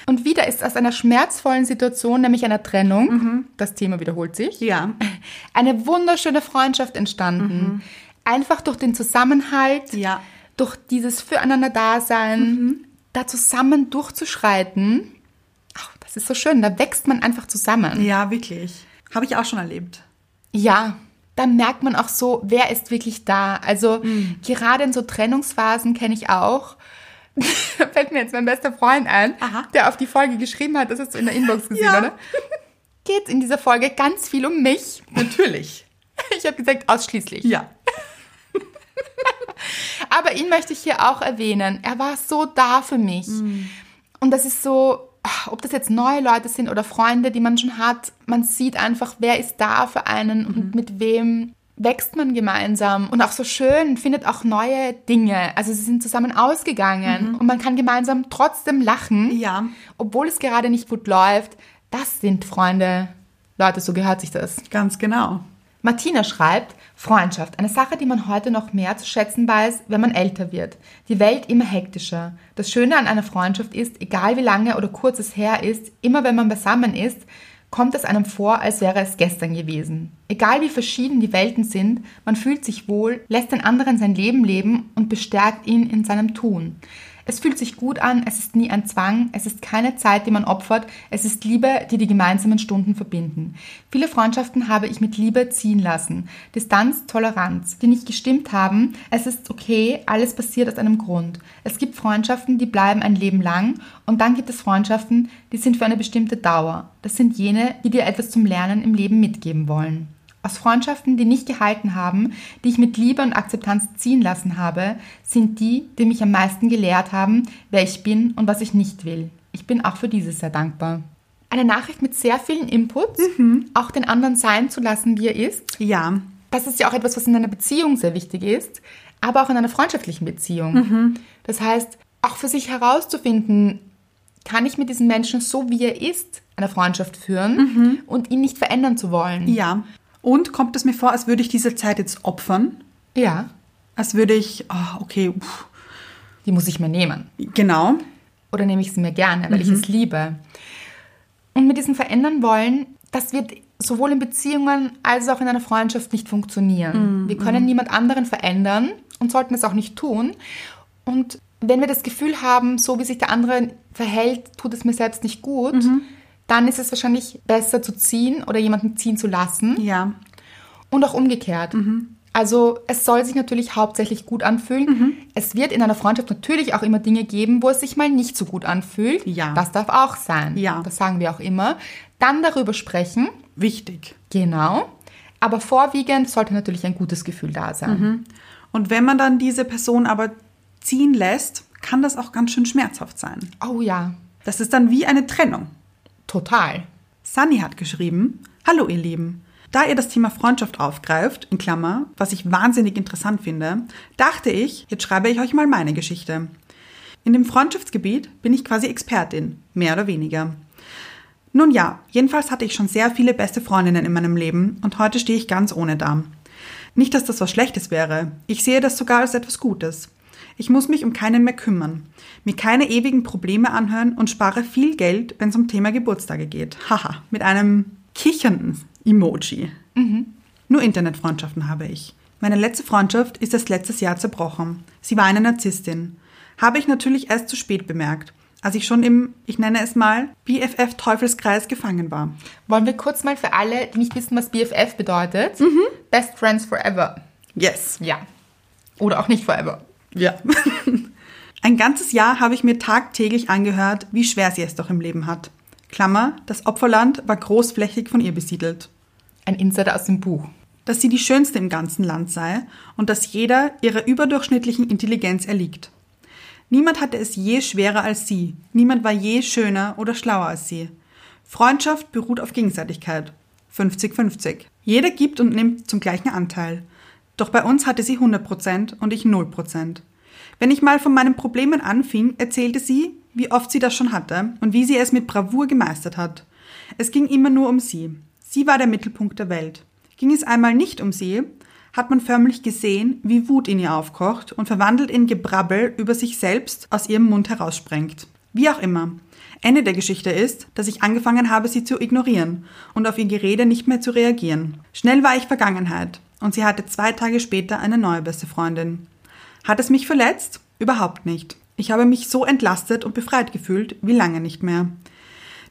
B: Und wieder ist aus einer schmerzvollen Situation, nämlich einer Trennung, das Thema wiederholt sich,
A: Ja.
B: *clears throat* eine wunderschöne Freundschaft entstanden. Einfach durch den Zusammenhalt,
A: Ja.
B: durch dieses Füreinander-Dasein, da zusammen durchzuschreiten. Ach, das ist so schön, da wächst man einfach zusammen.
A: Ja, wirklich. Habe ich auch schon erlebt.
B: Ja, da merkt man auch so, wer ist wirklich da. Also
A: Hm.
B: gerade in so Trennungsphasen kenne ich auch. *laughs* Da fällt mir jetzt mein bester Freund ein,
A: Aha.
B: der auf die Folge geschrieben hat, das hast du in
A: *laughs*
B: der Inbox gesehen,
A: Ja.
B: oder? Geht in dieser Folge ganz viel um mich.
A: Natürlich.
B: *laughs* Ich habe gesagt, ausschließlich.
A: Ja.
B: Aber ihn möchte ich hier auch erwähnen. Er war so da für mich. Und das ist so, ach, ob das jetzt neue Leute sind oder Freunde, die man schon hat, man sieht einfach, wer ist da für einen und mit wem wächst man gemeinsam. Und auch so schön, findet auch neue Dinge. Also sie sind zusammen ausgegangen und man kann gemeinsam trotzdem lachen,
A: Ja.
B: obwohl es gerade nicht gut läuft. Das sind Freunde. Leute, so gehört sich das.
A: Ganz genau.
B: Martina schreibt, Freundschaft, eine Sache, die man heute noch mehr zu schätzen weiß, wenn man älter wird. Die Welt immer hektischer. Das Schöne an einer Freundschaft ist, egal wie lange oder kurz es her ist, immer wenn man beisammen ist, kommt es einem vor, als wäre es gestern gewesen. Egal wie verschieden die Welten sind, man fühlt sich wohl, lässt den anderen sein Leben leben und bestärkt ihn in seinem Tun. Es fühlt sich gut an, es ist nie ein Zwang, es ist keine Zeit, die man opfert, es ist Liebe, die die gemeinsamen Stunden verbinden. Viele Freundschaften habe ich mit Liebe ziehen lassen. Distanz, Toleranz, die nicht gestimmt haben, es ist okay, alles passiert aus einem Grund. Es gibt Freundschaften, die bleiben ein Leben lang und dann gibt es Freundschaften, die sind für eine bestimmte Dauer. Das sind jene, die dir etwas zum Lernen im Leben mitgeben wollen. Aus Freundschaften, die nicht gehalten haben, die ich mit Liebe und Akzeptanz ziehen lassen habe, sind die, die mich am meisten gelehrt haben, wer ich bin und was ich nicht will. Ich bin auch für dieses sehr dankbar. Eine Nachricht mit sehr vielen Inputs, auch den anderen sein zu lassen, wie er ist.
A: Ja.
B: Das ist ja auch etwas, was in einer Beziehung sehr wichtig ist, aber auch in einer freundschaftlichen Beziehung. Das heißt, auch für sich herauszufinden, kann ich mit diesem Menschen so, wie er ist, eine Freundschaft führen und ihn nicht verändern zu wollen.
A: Ja. Und kommt es mir vor, als würde ich diese Zeit jetzt opfern?
B: ja.
A: Als würde ich, ah, okay, uff,
B: Die muss ich mir nehmen.
A: Genau.
B: Oder nehme ich sie mir gerne, weil ich es liebe. Und mit diesem Verändern wollen, das wird sowohl in Beziehungen als auch in einer Freundschaft nicht funktionieren. Wir können niemand anderen verändern und sollten es auch nicht tun. Und wenn wir das Gefühl haben, so wie sich der andere verhält, tut es mir selbst nicht gut, dann ist es wahrscheinlich besser zu ziehen oder jemanden ziehen zu lassen.
A: Ja.
B: Und auch umgekehrt.
A: Mhm.
B: Also es soll sich natürlich hauptsächlich gut anfühlen. Es wird in einer Freundschaft natürlich auch immer Dinge geben, wo es sich mal nicht so gut anfühlt.
A: Ja.
B: Das darf auch sein.
A: Ja.
B: Das sagen wir auch immer. Dann darüber sprechen.
A: Wichtig.
B: Genau. Aber vorwiegend sollte natürlich ein gutes Gefühl da sein.
A: Mhm. Und wenn man dann diese Person aber ziehen lässt, kann das auch ganz schön schmerzhaft sein.
B: Oh ja,
A: Das ist dann wie eine Trennung.
B: total.
A: Sunny hat geschrieben, Hallo ihr Lieben. Da ihr das Thema Freundschaft aufgreift, in Klammer, was ich wahnsinnig interessant finde, dachte ich, jetzt schreibe ich euch mal meine Geschichte. In dem Freundschaftsgebiet bin ich quasi Expertin, mehr oder weniger. Nun ja, jedenfalls hatte ich schon sehr viele beste Freundinnen in meinem Leben und heute stehe ich ganz ohne da. Nicht, dass das was Schlechtes wäre. Ich sehe das sogar als etwas Gutes. Ich muss mich um keinen mehr kümmern, mir keine ewigen Probleme anhören und spare viel Geld, wenn es um Thema Geburtstage geht. Haha, mit einem kichernden Emoji. Nur Internetfreundschaften habe ich. Meine letzte Freundschaft ist erst letztes Jahr zerbrochen. Sie war eine Narzisstin. Habe ich natürlich erst zu spät bemerkt, als ich schon im, ich nenne es mal, BFF-Teufelskreis gefangen war.
B: Wollen wir kurz mal für alle, die nicht wissen, was BFF bedeutet?
A: Mhm.
B: Best Friends Forever.
A: Yes.
B: Ja. Oder auch nicht forever.
A: Ja. *laughs* Ein ganzes Jahr habe ich mir tagtäglich angehört, wie schwer sie es doch im Leben hat. Klammer, das Opferland war großflächig von ihr besiedelt.
B: Ein Insider aus dem Buch.
A: Dass sie die schönste im ganzen Land sei und dass jeder ihrer überdurchschnittlichen Intelligenz erliegt. Niemand hatte es je schwerer als sie. Niemand war je schöner oder schlauer als sie. Freundschaft beruht auf Gegenseitigkeit. 50-50. Jeder gibt und nimmt zum gleichen Anteil. Doch bei uns hatte sie 100% und ich 0%. Wenn ich mal von meinen Problemen anfing, erzählte sie, wie oft sie das schon hatte und wie sie es mit Bravour gemeistert hat. Es ging immer nur um sie. Sie war der Mittelpunkt der Welt. Ging es einmal nicht um sie, hat man förmlich gesehen, wie Wut in ihr aufkocht und verwandelt in Gebrabbel über sich selbst aus ihrem Mund heraussprengt. Wie auch immer. Ende der Geschichte ist, dass ich angefangen habe, sie zu ignorieren und auf ihr Gerede nicht mehr zu reagieren. Schnell war ich Vergangenheit und sie hatte zwei Tage später eine neue beste Freundin. Hat es mich verletzt? Überhaupt nicht. Ich habe mich so entlastet und befreit gefühlt wie lange nicht mehr.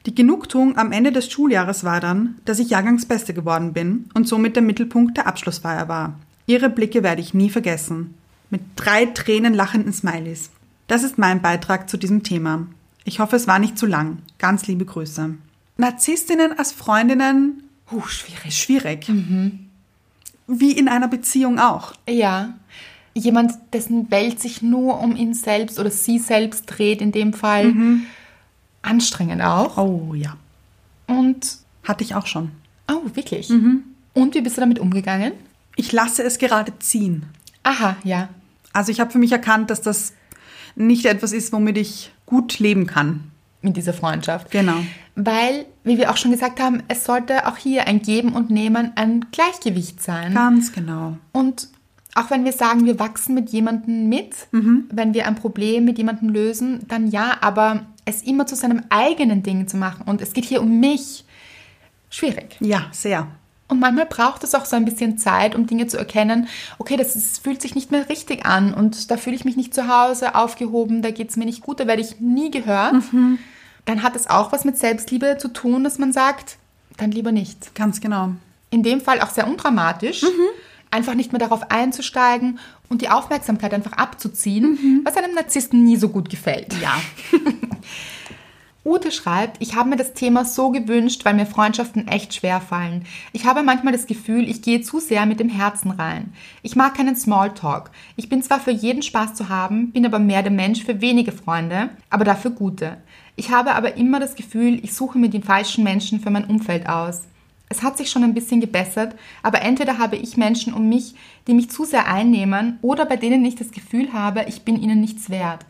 A: Die Genugtuung am Ende des Schuljahres war dann, dass ich Jahrgangsbeste geworden bin und somit der Mittelpunkt der Abschlussfeier war. Ihre Blicke werde ich nie vergessen. Mit drei Tränen lachenden Smileys. Das ist mein Beitrag zu diesem Thema. Ich hoffe, es war nicht zu lang. Ganz liebe Grüße. Narzisstinnen als Freundinnen,
B: Huh, schwierig.
A: schwierig. Mhm. Wie in einer Beziehung auch.
B: Ja. Jemand, dessen Welt sich nur um ihn selbst oder sie selbst dreht, in dem Fall.
A: Mhm.
B: Anstrengend auch.
A: Oh ja.
B: Und,
A: Hatte ich auch schon.
B: oh, wirklich.
A: Mhm.
B: Und wie bist du damit umgegangen?
A: Ich lasse es gerade ziehen.
B: Aha, ja.
A: Also ich habe für mich erkannt, dass das nicht etwas ist, womit ich gut leben kann.
B: Mit dieser Freundschaft.
A: Genau.
B: Weil, wie wir auch schon gesagt haben, es sollte auch hier ein Geben und Nehmen, ein Gleichgewicht sein.
A: Ganz genau.
B: Und auch wenn wir sagen, wir wachsen mit jemandem mit, wenn wir ein Problem mit jemandem lösen, dann ja, aber es immer zu seinem eigenen Ding zu machen und es geht hier um mich, schwierig.
A: Ja, sehr.
B: Und manchmal braucht es auch so ein bisschen Zeit, um Dinge zu erkennen, okay, das ist, fühlt sich nicht mehr richtig an und da fühle ich mich nicht zu Hause aufgehoben, da geht es mir nicht gut, da werde ich nie gehört. Dann hat es auch was mit Selbstliebe zu tun, dass man sagt, dann lieber nicht
A: Ganz genau.
B: in dem Fall auch sehr undramatisch, einfach nicht mehr darauf einzusteigen und die Aufmerksamkeit einfach abzuziehen, was einem Narzissten nie so gut gefällt.
A: Ja.
B: *laughs* Ute schreibt, ich habe mir das Thema so gewünscht, weil mir Freundschaften echt schwer fallen. Ich habe manchmal das Gefühl, ich gehe zu sehr mit dem Herzen rein. Ich mag keinen Smalltalk. Ich bin zwar für jeden Spaß zu haben, bin aber mehr der Mensch für wenige Freunde, aber dafür gute. Ich habe aber immer das Gefühl, ich suche mir die falschen Menschen für mein Umfeld aus. Es hat sich schon ein bisschen gebessert, aber entweder habe ich Menschen um mich, die mich zu sehr einnehmen oder bei denen ich das Gefühl habe, ich bin ihnen nichts wert.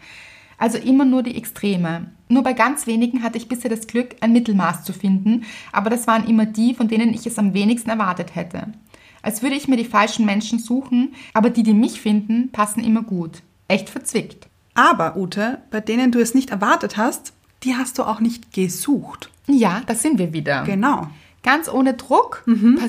B: Also immer nur die Extreme. Nur bei ganz wenigen hatte ich bisher das Glück, ein Mittelmaß zu finden, aber das waren immer die, von denen ich es am wenigsten erwartet hätte. Als würde ich mir die falschen Menschen suchen, aber die, die mich finden, passen immer gut. Echt verzwickt.
A: Aber, Ute, bei denen du es nicht erwartet hast, die hast du auch nicht gesucht.
B: Ja, da sind wir wieder.
A: Genau.
B: Ganz ohne Druck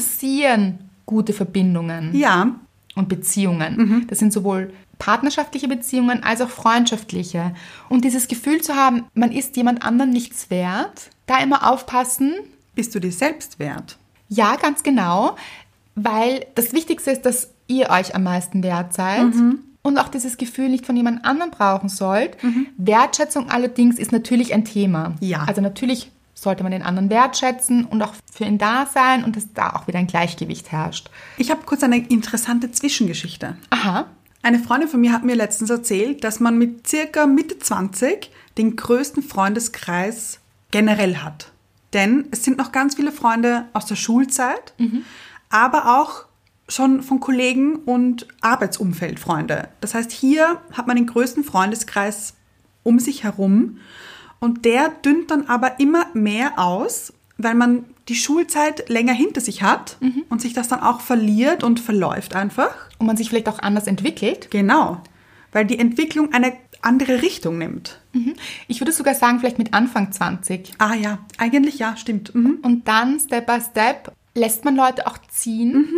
B: passieren gute Verbindungen
A: Ja,
B: und Beziehungen. Das sind sowohl partnerschaftliche Beziehungen als auch freundschaftliche. Und dieses Gefühl zu haben, man ist jemand anderem nichts wert, da immer aufpassen.
A: bist du dir selbst wert?
B: Ja, ganz genau, weil das Wichtigste ist, dass ihr euch am meisten wert seid. Und auch dieses Gefühl nicht von jemand anderem brauchen sollt. Wertschätzung allerdings ist natürlich ein Thema.
A: Ja.
B: Also natürlich sollte man den anderen wertschätzen und auch für ihn da sein und dass da auch wieder ein Gleichgewicht herrscht.
A: Ich habe kurz eine interessante Zwischengeschichte.
B: Aha.
A: Eine Freundin von mir hat mir letztens erzählt, dass man mit circa Mitte 20 den größten Freundeskreis generell hat. Denn es sind noch ganz viele Freunde aus der Schulzeit, aber auch schon von Kollegen und Arbeitsumfeld Freunde. Das heißt, hier hat man den größten Freundeskreis um sich herum und der dünnt dann aber immer mehr aus, weil man die Schulzeit länger hinter sich hat und sich das dann auch verliert und verläuft einfach.
B: Und man sich vielleicht auch anders entwickelt.
A: Genau, weil die Entwicklung eine andere Richtung nimmt.
B: Mhm. Ich würde sogar sagen, vielleicht mit Anfang 20.
A: Ah ja, eigentlich ja, stimmt. Mhm.
B: Und dann Step by Step lässt man Leute auch ziehen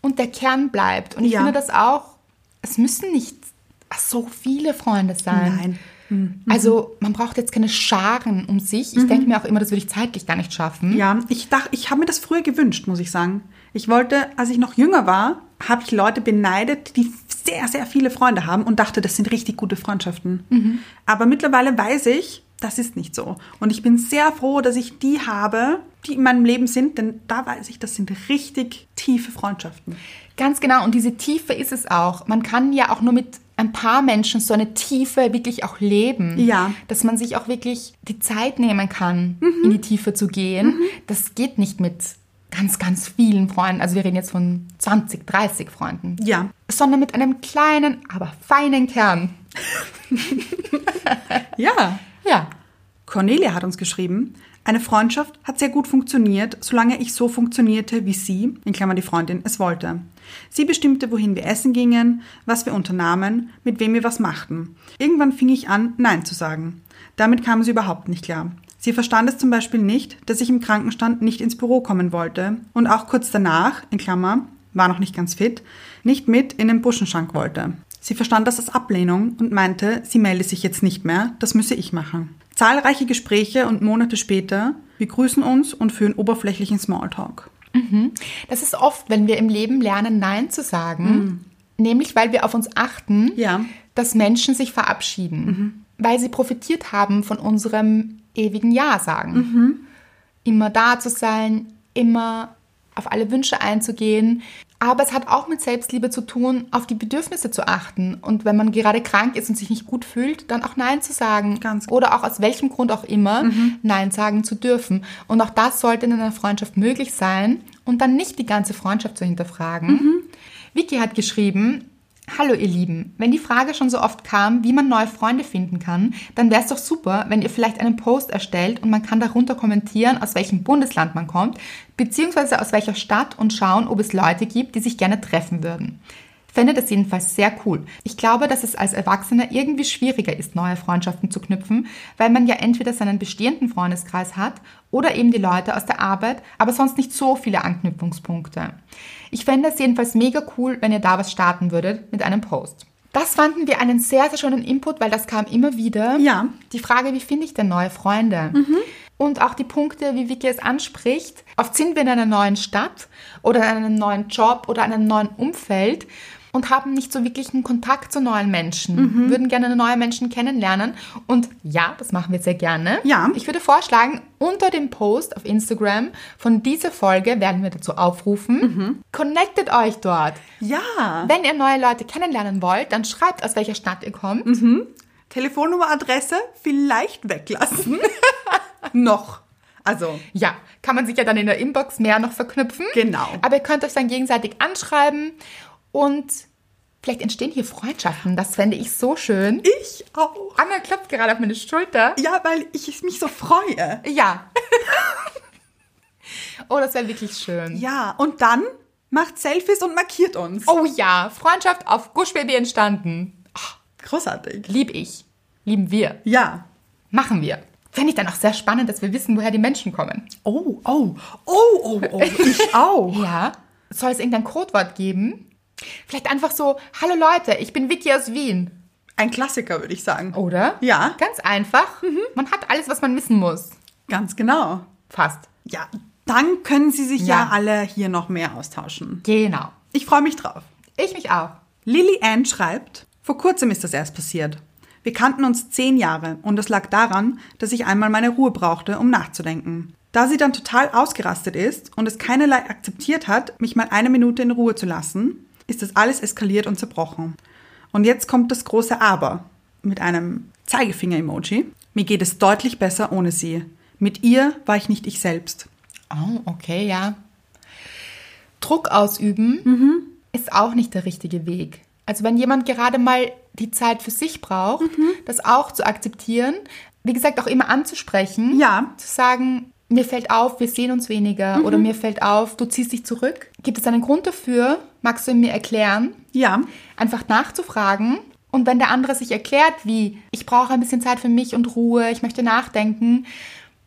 B: und der Kern bleibt. Und ich
A: Mhm. Ja.
B: finde das auch, es müssen nicht so viele Freunde sein.
A: Nein. Mhm.
B: Also man braucht jetzt keine Scharen um sich. Ich denke mir auch immer, das würde ich zeitlich gar nicht schaffen.
A: Ja, ich dachte, ich habe mir das früher gewünscht, muss ich sagen. Ich wollte, als ich noch jünger war, habe ich Leute beneidet, die sehr, sehr viele Freunde haben und dachte, das sind richtig gute Freundschaften. Aber mittlerweile weiß ich, das ist nicht so. Und ich bin sehr froh, dass ich die habe, die in meinem Leben sind, denn da weiß ich, das sind richtig tiefe Freundschaften.
B: Ganz genau, und diese Tiefe ist es auch. Man kann ja auch nur mit ein paar Menschen so eine Tiefe wirklich auch leben.
A: Ja. Mhm.
B: Dass man sich auch wirklich die Zeit nehmen kann, in die Tiefe zu gehen. Das geht nicht mit ganz, ganz vielen Freunden. Also wir reden jetzt von 20, 30 Freunden.
A: Ja.
B: Sondern mit einem kleinen, aber feinen Kern.
A: Ja.
B: Ja.
A: Cornelia hat uns geschrieben, eine Freundschaft hat sehr gut funktioniert, solange ich so funktionierte, wie sie, in Klammern die Freundin, es wollte. Sie bestimmte, wohin wir essen gingen, was wir unternahmen, mit wem wir was machten. Irgendwann fing ich an, Nein zu sagen. Damit kam sie überhaupt nicht klar. Sie verstand es zum Beispiel nicht, dass ich im Krankenstand nicht ins Büro kommen wollte und auch kurz danach, in Klammer, war noch nicht ganz fit, nicht mit in den Buschenschrank wollte. Sie verstand das als Ablehnung und meinte, sie melde sich jetzt nicht mehr, das müsse ich machen. Zahlreiche Gespräche und Monate später, wir grüßen uns und führen oberflächlichen Smalltalk.
B: Das ist oft, wenn wir im Leben lernen, Nein zu sagen, nämlich weil wir auf uns achten,
A: Ja.
B: dass Menschen sich verabschieden, weil sie profitiert haben von unserem ewigen Ja sagen. Immer da zu sein, immer auf alle Wünsche einzugehen. Aber es hat auch mit Selbstliebe zu tun, auf die Bedürfnisse zu achten. Und wenn man gerade krank ist und sich nicht gut fühlt, dann auch Nein zu sagen.
A: Ganz genau. Mhm.
B: Oder auch aus welchem Grund auch immer, Nein sagen zu dürfen. Und auch das sollte in einer Freundschaft möglich sein und dann nicht die ganze Freundschaft zu hinterfragen.
A: Mhm.
B: Vicky hat geschrieben, Hallo ihr Lieben, wenn die Frage schon so oft kam, wie man neue Freunde finden kann, dann wäre es doch super, wenn ihr vielleicht einen Post erstellt und man kann darunter kommentieren, aus welchem Bundesland man kommt, beziehungsweise aus welcher Stadt und schauen, ob es Leute gibt, die sich gerne treffen würden. Fände das jedenfalls sehr cool. Ich glaube, dass es als Erwachsener irgendwie schwieriger ist, neue Freundschaften zu knüpfen, weil man ja entweder seinen bestehenden Freundeskreis hat oder eben die Leute aus der Arbeit, aber sonst nicht so viele Anknüpfungspunkte. Ich fände es jedenfalls mega cool, wenn ihr da was starten würdet mit einem Post. Das fanden wir einen sehr, sehr schönen Input, weil das kam immer wieder.
A: Ja.
B: Die Frage, wie finde ich denn neue Freunde? Und auch die Punkte, wie Vicky es anspricht. Oft sind wir in einer neuen Stadt oder in einem neuen Job oder in einem neuen Umfeld und haben nicht so wirklich einen Kontakt zu neuen Menschen, würden gerne neue Menschen kennenlernen. Und ja, das machen wir sehr gerne.
A: Ja.
B: Ich würde vorschlagen, unter dem Post auf Instagram von dieser Folge werden wir dazu aufrufen. Connectet euch dort.
A: Ja.
B: Wenn ihr neue Leute kennenlernen wollt, dann schreibt, aus welcher Stadt ihr kommt.
A: Telefonnummer, Adresse vielleicht weglassen. *laughs* Noch. Also,
B: Ja, kann man sich ja dann in der Inbox mehr noch verknüpfen.
A: Genau.
B: Aber ihr könnt euch dann gegenseitig anschreiben und vielleicht entstehen hier Freundschaften. Das fände ich so schön.
A: ich auch.
B: Anna klopft gerade auf meine Schulter.
A: Ja, weil ich mich so freue.
B: Ja. *laughs* oh, das wäre wirklich schön.
A: Ja, und dann macht Selfies und markiert uns.
B: Oh ja, Freundschaft auf Gush Baby entstanden.
A: Großartig.
B: Lieb ich. Lieben wir.
A: Ja.
B: Machen wir. Fände ich dann auch sehr spannend, dass wir wissen, woher die Menschen kommen.
A: Oh, oh, oh, oh, oh, *laughs* ich auch.
B: Ja. Soll es irgendein Codewort geben? Vielleicht einfach so, hallo Leute, ich bin Vicky aus Wien.
A: Ein Klassiker, würde ich sagen.
B: Oder?
A: Ja.
B: Ganz einfach. Man hat alles, was man wissen muss.
A: Ganz genau.
B: Fast.
A: Ja, dann können Sie sich ja,
B: Ja.
A: alle hier noch mehr austauschen.
B: Genau.
A: Ich freue mich drauf.
B: Ich mich auch.
A: Lily Ann schreibt, vor kurzem ist das erst passiert. Wir kannten uns zehn Jahre und es lag daran, dass ich einmal meine Ruhe brauchte, um nachzudenken. Da sie dann total ausgerastet ist und es keinerlei akzeptiert hat, mich mal eine Minute in Ruhe zu lassen, ist das alles eskaliert und zerbrochen. Und jetzt kommt das große Aber mit einem Zeigefinger-Emoji. Mir geht es deutlich besser ohne sie. Mit ihr war ich nicht ich selbst.
B: Oh, okay, ja. Druck ausüben ist auch nicht der richtige Weg. Also wenn jemand gerade mal die Zeit für sich braucht, das auch zu akzeptieren, wie gesagt, auch immer anzusprechen,
A: Ja.
B: zu sagen, mir fällt auf, wir sehen uns weniger oder mir fällt auf, du ziehst dich zurück. Gibt es einen Grund dafür? Magst du ihn mir erklären?
A: Ja,
B: einfach nachzufragen. Und wenn der andere sich erklärt, wie ich brauche ein bisschen Zeit für mich und Ruhe, ich möchte nachdenken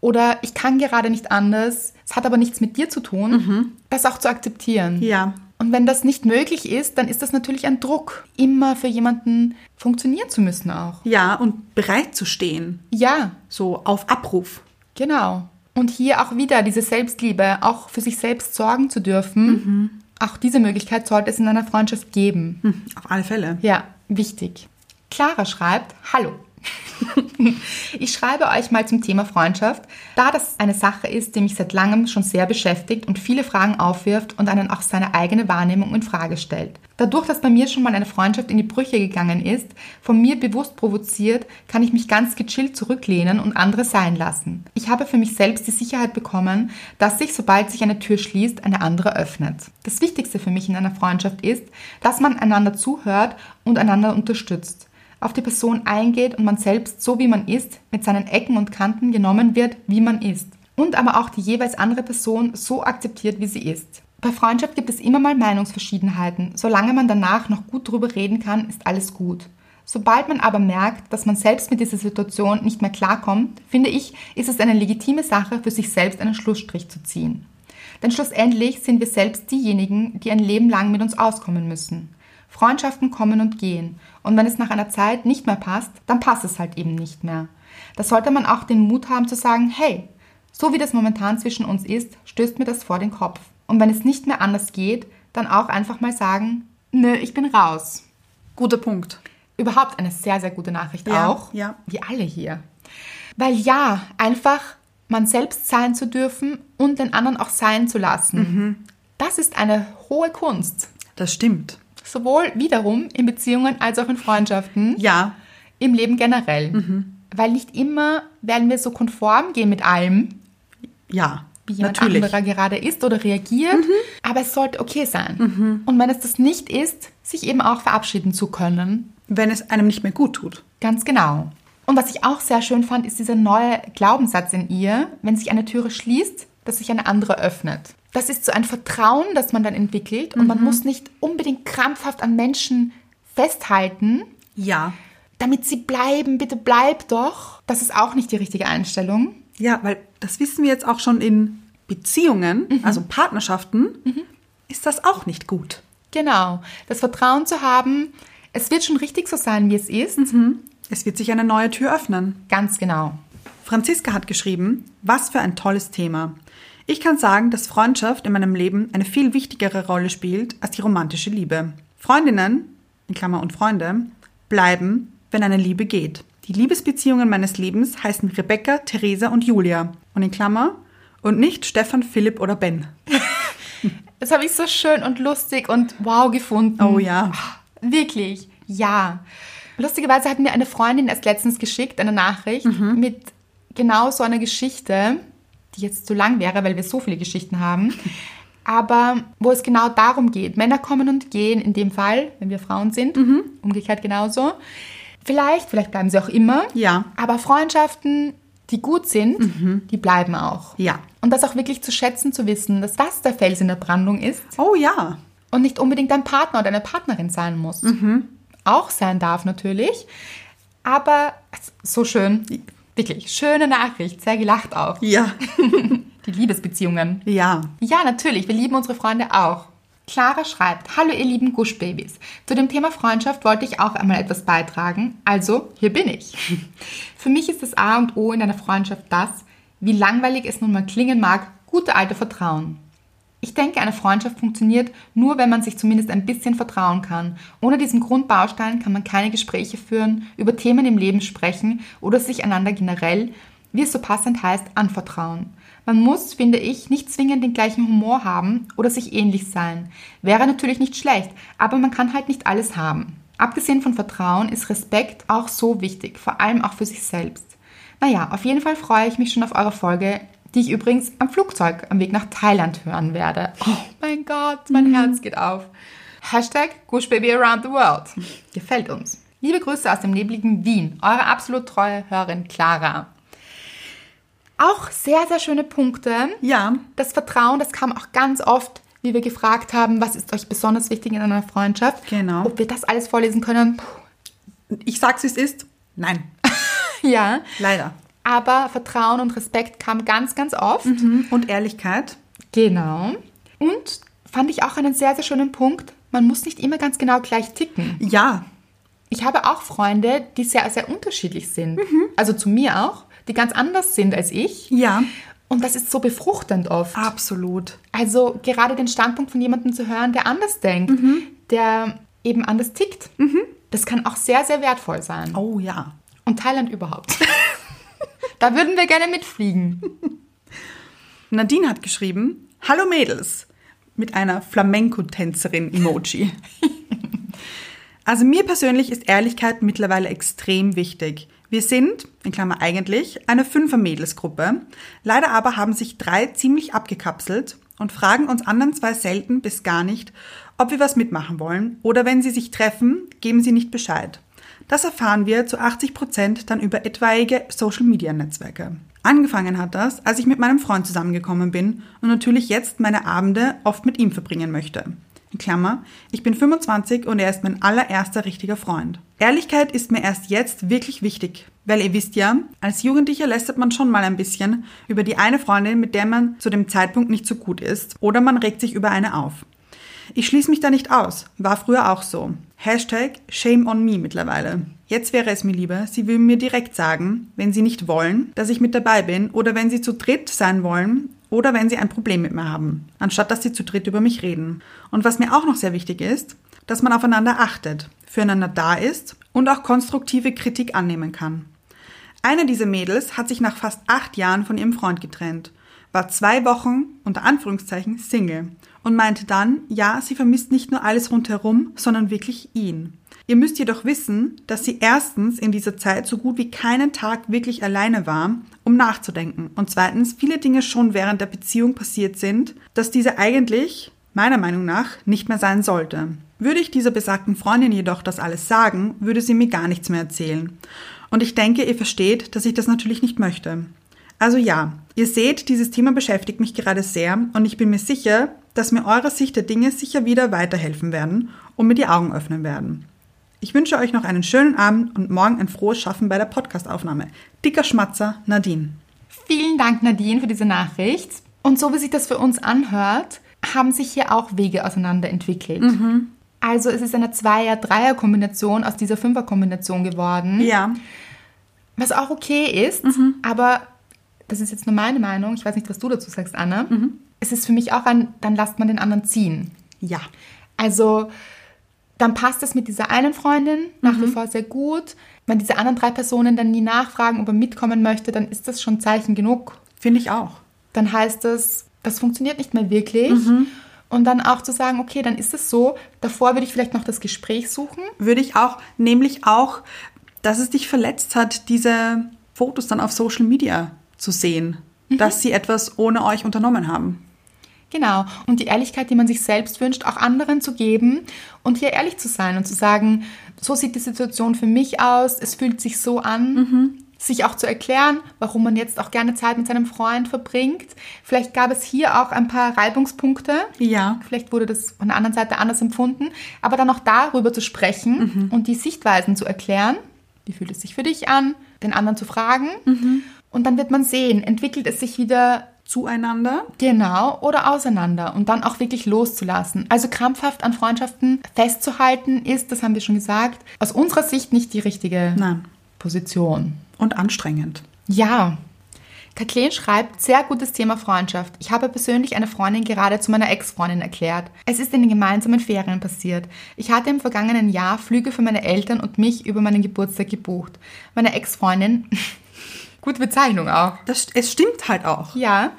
B: oder ich kann gerade nicht anders, es hat aber nichts mit dir zu tun, das auch zu akzeptieren.
A: ja,
B: Und wenn das nicht möglich ist, dann ist das natürlich ein Druck, immer für jemanden funktionieren zu müssen auch.
A: ja und bereit zu stehen.
B: Ja,
A: So auf Abruf.
B: genau. Und hier auch wieder diese Selbstliebe, auch für sich selbst sorgen zu dürfen. Auch diese Möglichkeit sollte es in einer Freundschaft geben.
A: Hm, auf alle Fälle.
B: Ja, wichtig. Clara schreibt, hallo. Ich schreibe euch mal zum Thema Freundschaft, da das eine Sache ist, die mich seit langem schon sehr beschäftigt und viele Fragen aufwirft und einen auch seine eigene Wahrnehmung in Frage stellt. Dadurch, dass bei mir schon mal eine Freundschaft in die Brüche gegangen ist, von mir bewusst provoziert, kann ich mich ganz gechillt zurücklehnen und andere sein lassen. Ich habe für mich selbst die Sicherheit bekommen, dass sich, sobald sich eine Tür schließt, eine andere öffnet. Das Wichtigste für mich in einer Freundschaft ist, dass man einander zuhört und einander unterstützt auf die Person eingeht und man selbst so wie man ist, mit seinen Ecken und Kanten genommen wird, wie man ist. Und aber auch die jeweils andere Person so akzeptiert, wie sie ist. Bei Freundschaft gibt es immer mal Meinungsverschiedenheiten. Solange man danach noch gut drüber reden kann, ist alles gut. Sobald man aber merkt, dass man selbst mit dieser Situation nicht mehr klarkommt, finde ich, ist es eine legitime Sache, für sich selbst einen Schlussstrich zu ziehen. Denn schlussendlich sind wir selbst diejenigen, die ein Leben lang mit uns auskommen müssen. Freundschaften kommen und gehen. Und wenn es nach einer Zeit nicht mehr passt, dann passt es halt eben nicht mehr. Da sollte man auch den Mut haben zu sagen, hey, so wie das momentan zwischen uns ist, stößt mir das vor den Kopf. Und wenn es nicht mehr anders geht, dann auch einfach mal sagen, nö, ich bin raus.
A: Guter Punkt.
B: Überhaupt eine sehr, sehr gute Nachricht
A: Ja,
B: auch.
A: ja.
B: Wie alle hier. Weil ja, einfach man selbst sein zu dürfen und den anderen auch sein zu lassen.
A: Mhm.
B: Das ist eine hohe Kunst.
A: Das stimmt.
B: Sowohl wiederum in Beziehungen als auch in Freundschaften,
A: Ja, Mhm.
B: im Leben generell. Weil nicht immer werden wir so konform gehen mit allem,
A: ja,
B: wie jemand
A: natürlich. Mhm.
B: anderer gerade ist oder reagiert, aber es sollte okay sein. Und wenn es das nicht ist, sich eben auch verabschieden zu können
A: Wenn es einem nicht mehr gut tut.
B: Ganz genau. Und was ich auch sehr schön fand, ist dieser neue Glaubenssatz in ihr, wenn sich eine Türe schließt, dass sich eine andere öffnet. Das ist so ein Vertrauen, das man dann entwickelt und man muss nicht unbedingt krampfhaft an Menschen festhalten,
A: Ja.
B: damit sie bleiben, bitte bleib doch. Das ist auch nicht die richtige Einstellung.
A: Ja, weil das wissen wir jetzt auch schon in Beziehungen, also Partnerschaften, ist das auch nicht gut.
B: Genau, das Vertrauen zu haben, es wird schon richtig so sein, wie es ist.
A: Es wird sich eine neue Tür öffnen.
B: Ganz genau.
A: Franziska hat geschrieben, was für ein tolles Thema. Ich kann sagen, dass Freundschaft in meinem Leben eine viel wichtigere Rolle spielt als die romantische Liebe. Freundinnen, in Klammer und Freunde, bleiben, wenn eine Liebe geht. Die Liebesbeziehungen meines Lebens heißen Rebecca, Theresa und Julia. Und in Klammer, und nicht Stefan, Philipp oder Ben.
B: Das habe ich so schön und lustig und wow gefunden. Ah,
A: Oh ja.
B: Wirklich, ja. Lustigerweise hat mir eine Freundin erst letztens geschickt, eine Nachricht
A: Mhm.
B: mit genau so einer Geschichte, die jetzt zu lang wäre, weil wir so viele Geschichten haben, aber wo es genau darum geht. Männer kommen und gehen, in dem Fall, wenn wir Frauen sind,
A: Mhm.
B: umgekehrt genauso. Vielleicht, vielleicht bleiben sie auch immer.
A: Ja.
B: Aber Freundschaften, die gut sind, die bleiben auch.
A: Ja.
B: Und das auch wirklich zu schätzen, zu wissen, dass das der Fels in der Brandung ist
A: Oh ja.
B: und nicht unbedingt dein Partner oder deine Partnerin sein muss. Auch sein darf natürlich, Aber es ist so schön. Wirklich, schöne Nachricht. Sehr gelacht auch.
A: Ja.
B: Die Liebesbeziehungen.
A: Ja.
B: Ja, natürlich, wir lieben unsere Freunde auch. Clara schreibt, hallo ihr lieben Guschbabys. Zu dem Thema Freundschaft wollte ich auch einmal etwas beitragen, also hier bin ich. *laughs* Für mich ist das A und O in einer Freundschaft das, wie langweilig es nun mal klingen mag, gute alte Vertrauen. Ich denke, eine Freundschaft funktioniert nur, wenn man sich zumindest ein bisschen vertrauen kann. Ohne diesen Grundbaustein kann man keine Gespräche führen, über Themen im Leben sprechen oder sich einander generell, wie es so passend heißt, anvertrauen. Man muss, finde ich, nicht zwingend den gleichen Humor haben oder sich ähnlich sein. Wäre natürlich nicht schlecht, aber man kann halt nicht alles haben. Abgesehen von Vertrauen ist Respekt auch so wichtig, vor allem auch für sich selbst. Naja, auf jeden Fall freue ich mich schon auf eure Folge, die ich übrigens am Flugzeug am Weg nach Thailand hören werde. Oh mein Gott, mein Herz geht auf. Hashtag Gushbaby around the world. Gefällt uns. Liebe Grüße aus dem nebligen Wien. Eure absolut treue Hörerin Clara. Auch sehr, sehr schöne Punkte.
A: Ja.
B: Das Vertrauen, das kam auch ganz oft, wie wir gefragt haben, was ist euch besonders wichtig in einer Freundschaft?
A: Genau.
B: Ob wir das alles vorlesen können? Puh,
A: Ich sag's, wie es ist. Nein.
B: ja.
A: Leider.
B: Aber Vertrauen und Respekt kam ganz, ganz oft.
A: Mhm. Und Ehrlichkeit.
B: Genau. Und fand ich auch einen sehr, sehr schönen Punkt. Man muss nicht immer ganz genau gleich ticken.
A: Ja.
B: Ich habe auch Freunde, die sehr, sehr unterschiedlich sind. Also zu mir auch, die ganz anders sind als ich.
A: Ja. Ah.
B: Und das ist so befruchtend oft.
A: Absolut.
B: Also gerade den Standpunkt von jemandem zu hören, der anders denkt, der eben anders tickt. Das kann auch sehr, sehr wertvoll sein.
A: Oh ja.
B: Und Thailand überhaupt. da würden wir gerne mitfliegen.
A: Nadine hat geschrieben, Hallo Mädels, mit einer Flamenco-Tänzerin-Emoji. also mir persönlich ist Ehrlichkeit mittlerweile extrem wichtig. Wir sind, in Klammer eigentlich, eine Fünfer-Mädels-Gruppe. Leider aber haben sich drei ziemlich abgekapselt und fragen uns anderen zwei selten bis gar nicht, ob wir was mitmachen wollen oder wenn sie sich treffen, geben sie nicht Bescheid. Das erfahren wir zu 80 Prozent dann über etwaige Social-Media-Netzwerke. Angefangen hat das, als ich mit meinem Freund zusammengekommen bin und natürlich jetzt meine Abende oft mit ihm verbringen möchte. In Klammer, ich bin 25 und er ist mein allererster richtiger Freund. Ehrlichkeit ist mir erst jetzt wirklich wichtig, weil ihr wisst ja, als Jugendlicher lästert man schon mal ein bisschen über die eine Freundin, mit der man zu dem Zeitpunkt nicht so gut ist oder man regt sich über eine auf. Ich schließe mich da nicht aus. War früher auch so. Hashtag Shame on me mittlerweile. Jetzt wäre es mir lieber, sie würden mir direkt sagen, wenn sie nicht wollen, dass ich mit dabei bin oder wenn sie zu dritt sein wollen oder wenn sie ein Problem mit mir haben, anstatt dass sie zu dritt über mich reden. Und was mir auch noch sehr wichtig ist, dass man aufeinander achtet, füreinander da ist und auch konstruktive Kritik annehmen kann. Eine dieser Mädels hat sich nach fast acht Jahren von ihrem Freund getrennt, war zwei Wochen unter Anführungszeichen Single und meinte dann, ja, sie vermisst nicht nur alles rundherum, sondern wirklich ihn. Ihr müsst jedoch wissen, dass sie erstens in dieser Zeit so gut wie keinen Tag wirklich alleine war, um nachzudenken und zweitens viele Dinge schon während der Beziehung passiert sind, dass diese eigentlich meiner Meinung nach nicht mehr sein sollte. Würde ich dieser besagten Freundin jedoch das alles sagen, würde sie mir gar nichts mehr erzählen. Und ich denke, ihr versteht, dass ich das natürlich nicht möchte. Also ja, ihr seht, dieses Thema beschäftigt mich gerade sehr und ich bin mir sicher, dass mir eure Sicht der Dinge sicher wieder weiterhelfen werden und mir die Augen öffnen werden. Ich wünsche euch noch einen schönen Abend und morgen ein frohes Schaffen bei der Podcastaufnahme. Dicker Schmatzer, Nadine.
B: Vielen Dank, Nadine, für diese Nachricht. Und so wie sich das für uns anhört, haben sich hier auch Wege auseinander entwickelt. Also es ist eine Zweier-Dreier-Kombination aus dieser Fünfer-Kombination geworden,
A: Ja,
B: was auch okay ist, aber das ist jetzt nur meine Meinung, ich weiß nicht, was du dazu sagst, Anne. Es ist für mich auch ein, dann lasst man den anderen ziehen.
A: ja,
B: Also dann passt es mit dieser einen Freundin nach wie vor sehr gut. Wenn diese anderen drei Personen dann nie nachfragen, ob er mitkommen möchte, dann ist das schon Zeichen genug,
A: finde ich auch.
B: dann heißt es, das funktioniert nicht mehr wirklich. Und dann auch zu sagen, okay, dann ist es so, davor würde ich vielleicht noch das Gespräch suchen.
A: Würde ich auch, nämlich auch, dass es dich verletzt hat, diese Fotos dann auf Social Media zu sehen, dass sie etwas ohne euch unternommen haben.
B: Genau. Und die Ehrlichkeit, die man sich selbst wünscht, auch anderen zu geben und hier ehrlich zu sein und zu sagen, so sieht die Situation für mich aus, es fühlt sich so an. Sich auch zu erklären, warum man jetzt auch gerne Zeit mit seinem Freund verbringt. Vielleicht gab es hier auch ein paar Reibungspunkte.
A: Ja.
B: Vielleicht wurde das von der anderen Seite anders empfunden. Aber dann auch darüber zu sprechen und die Sichtweisen zu erklären wie fühlt es sich für dich an, den anderen zu fragen. Und dann wird man sehen, entwickelt es sich wieder
A: Zueinander.
B: Genau, oder auseinander und dann auch wirklich loszulassen. Also krampfhaft an Freundschaften festzuhalten ist, das haben wir schon gesagt, aus unserer Sicht nicht die richtige
A: Nein.
B: Position.
A: Und anstrengend.
B: Ja. Kathleen schreibt, sehr gutes Thema Freundschaft. Ich habe persönlich eine Freundin gerade zu meiner Ex-Freundin erklärt. Es ist in den gemeinsamen Ferien passiert. Ich hatte im vergangenen Jahr Flüge für meine Eltern und mich über meinen Geburtstag gebucht. Meine Ex-Freundin, *laughs* gute Bezeichnung auch,
A: Das, es stimmt halt auch.
B: ja,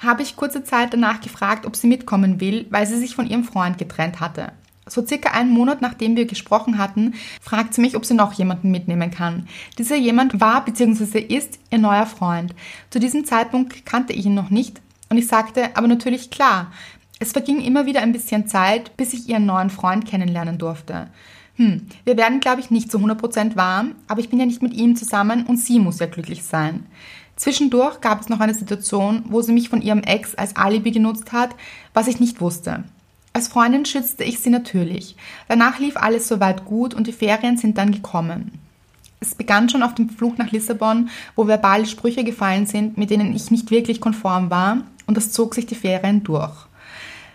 B: habe ich kurze Zeit danach gefragt, ob sie mitkommen will, weil sie sich von ihrem Freund getrennt hatte. So circa einen Monat nachdem wir gesprochen hatten, fragt sie mich, ob sie noch jemanden mitnehmen kann. Dieser jemand war bzw. ist ihr neuer Freund. Zu diesem Zeitpunkt kannte ich ihn noch nicht und ich sagte, aber natürlich klar. Es verging immer wieder ein bisschen Zeit, bis ich ihren neuen Freund kennenlernen durfte. Hm, wir werden, glaube ich, nicht zu 100% warm, aber ich bin ja nicht mit ihm zusammen und sie muss ja glücklich sein. Zwischendurch gab es noch eine Situation, wo sie mich von ihrem Ex als Alibi genutzt hat, was ich nicht wusste. Als Freundin schützte ich sie natürlich. Danach lief alles soweit gut und die Ferien sind dann gekommen. Es begann schon auf dem Flug nach Lissabon, wo verbale Sprüche gefallen sind, mit denen ich nicht wirklich konform war, und das zog sich die Ferien durch.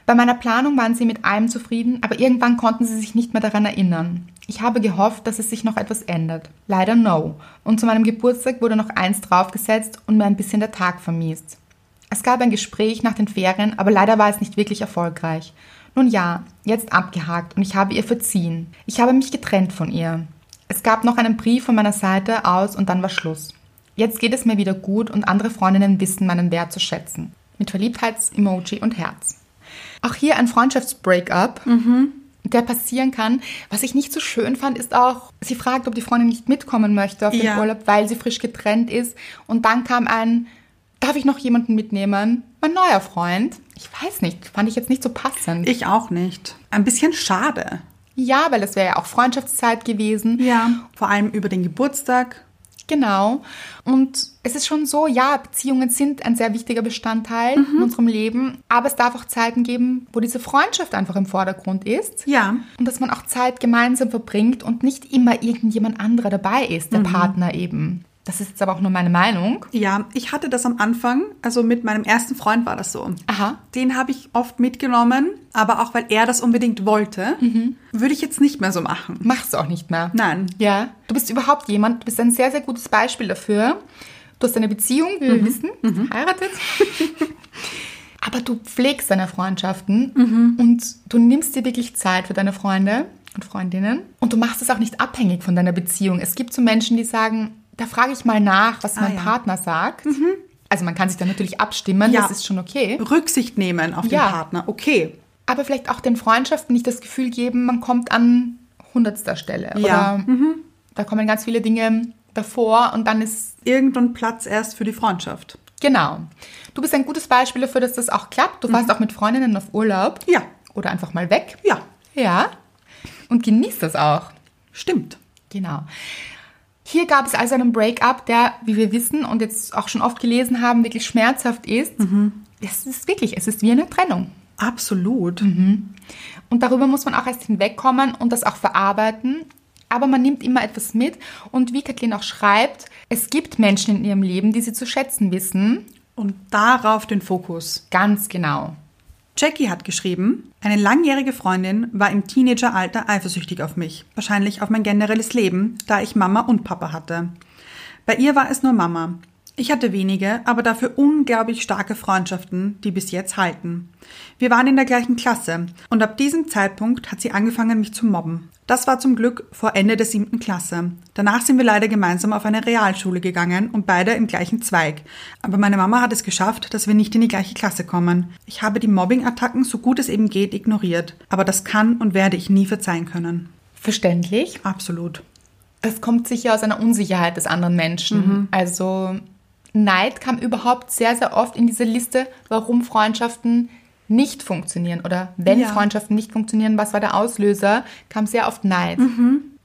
B: Bei meiner Planung waren sie mit allem zufrieden, aber irgendwann konnten sie sich nicht mehr daran erinnern. Ich habe gehofft, dass es sich noch etwas ändert. Leider no. Und zu meinem Geburtstag wurde noch eins draufgesetzt und mir ein bisschen der Tag vermiest. Es gab ein Gespräch nach den Ferien, aber leider war es nicht wirklich erfolgreich. Nun ja, jetzt abgehakt und ich habe ihr verziehen. Ich habe mich getrennt von ihr. Es gab noch einen Brief von meiner Seite aus und dann war Schluss. Jetzt geht es mir wieder gut und andere Freundinnen wissen meinen Wert zu schätzen. Mit Verliebtheits-Emoji und Herz. Auch hier ein Freundschaftsbreakup, der passieren kann. Was ich nicht so schön fand, ist auch, sie fragt, ob die Freundin nicht mitkommen möchte auf den
A: Ja.
B: Urlaub, weil sie frisch getrennt ist. Und dann kam ein, darf ich noch jemanden mitnehmen? Mein neuer Freund. Ich weiß nicht, fand ich jetzt nicht so passend.
A: Ich auch nicht. Ein bisschen schade.
B: ja, weil es wäre ja auch Freundschaftszeit gewesen.
A: Vor allem über den Geburtstag.
B: Genau. Und es ist schon so, ja, Beziehungen sind ein sehr wichtiger Bestandteil in unserem Leben, aber es darf auch Zeiten geben, wo diese Freundschaft einfach im Vordergrund ist.
A: Ja.
B: Und dass man auch Zeit gemeinsam verbringt und nicht immer irgendjemand anderer dabei ist, der Partner eben. Das ist jetzt aber auch nur meine Meinung.
A: Ja, ich hatte das am Anfang, also mit meinem ersten Freund war das so.
B: Aha.
A: Den habe ich oft mitgenommen, aber auch weil er das unbedingt wollte,
B: Mhm.
A: würde ich jetzt nicht mehr so machen.
B: Machst du auch nicht mehr.
A: Nein.
B: Ja. Du bist überhaupt jemand, du bist ein sehr, sehr gutes Beispiel dafür. Du hast eine Beziehung, wie
A: Mhm.
B: wir wissen,
A: *laughs*
B: heiratet. Aber du pflegst deine Freundschaften
A: Mhm.
B: und du nimmst dir wirklich Zeit für deine Freunde und Freundinnen. Und du machst es auch nicht abhängig von deiner Beziehung. Es gibt so Menschen, die sagen, da frage ich mal nach, was mein
A: Ah ja. Mhm.
B: Partner sagt. Also man kann sich da natürlich abstimmen,
A: Ja.
B: das ist schon okay.
A: Rücksicht nehmen auf
B: Ja.
A: den Partner, okay.
B: Aber vielleicht auch den Freundschaften nicht das Gefühl geben, man kommt an hundertster Stelle.
A: Ja. Mhm.
B: Oder da kommen ganz viele Dinge davor und dann ist,
A: Irgendwann Platz erst für die Freundschaft.
B: genau. Du bist ein gutes Beispiel dafür, dass das auch klappt. Du warst auch mit Freundinnen auf Urlaub.
A: Mhm. Ja.
B: Oder einfach mal weg.
A: Ja,
B: Ja. Und genießt das auch.
A: stimmt.
B: Genau. Hier gab es also einen Break-up, der, wie wir wissen und jetzt auch schon oft gelesen haben, wirklich schmerzhaft ist.
A: Mhm.
B: Es ist wirklich, es ist wie eine Trennung.
A: Absolut.
B: Mhm. Und darüber muss man auch erst hinwegkommen und das auch verarbeiten. Aber man nimmt immer etwas mit. Und wie Kathleen auch schreibt, es gibt Menschen in ihrem Leben, die sie zu schätzen wissen.
A: Und darauf den Fokus.
B: Ganz genau.
A: Jackie hat geschrieben, eine langjährige Freundin war im Teenageralter eifersüchtig auf mich, wahrscheinlich auf mein generelles Leben, da ich Mama und Papa hatte. Bei ihr war es nur Mama. Ich hatte wenige, aber dafür unglaublich starke Freundschaften, die bis jetzt halten. Wir waren in der gleichen Klasse und ab diesem Zeitpunkt hat sie angefangen, mich zu mobben. Das war zum Glück vor Ende der siebten Klasse. Danach sind wir leider gemeinsam auf eine Realschule gegangen und beide im gleichen Zweig. Aber meine Mama hat es geschafft, dass wir nicht in die gleiche Klasse kommen. Ich habe die Mobbing-Attacken, so gut es eben geht, ignoriert. Aber das kann und werde ich nie verzeihen können.
B: Verständlich.
A: Absolut.
B: Das kommt sicher aus einer Unsicherheit des anderen Menschen. Also Neid kam überhaupt sehr, sehr oft in diese Liste, warum Freundschaften nicht funktionieren oder wenn
A: Ja.
B: Freundschaften nicht funktionieren, was war der Auslöser, kam sehr oft Neid.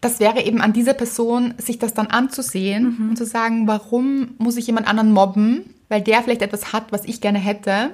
B: Das wäre eben an dieser Person, sich das dann anzusehen und zu sagen, warum muss ich jemand anderen mobben, weil der vielleicht etwas hat, was ich gerne hätte.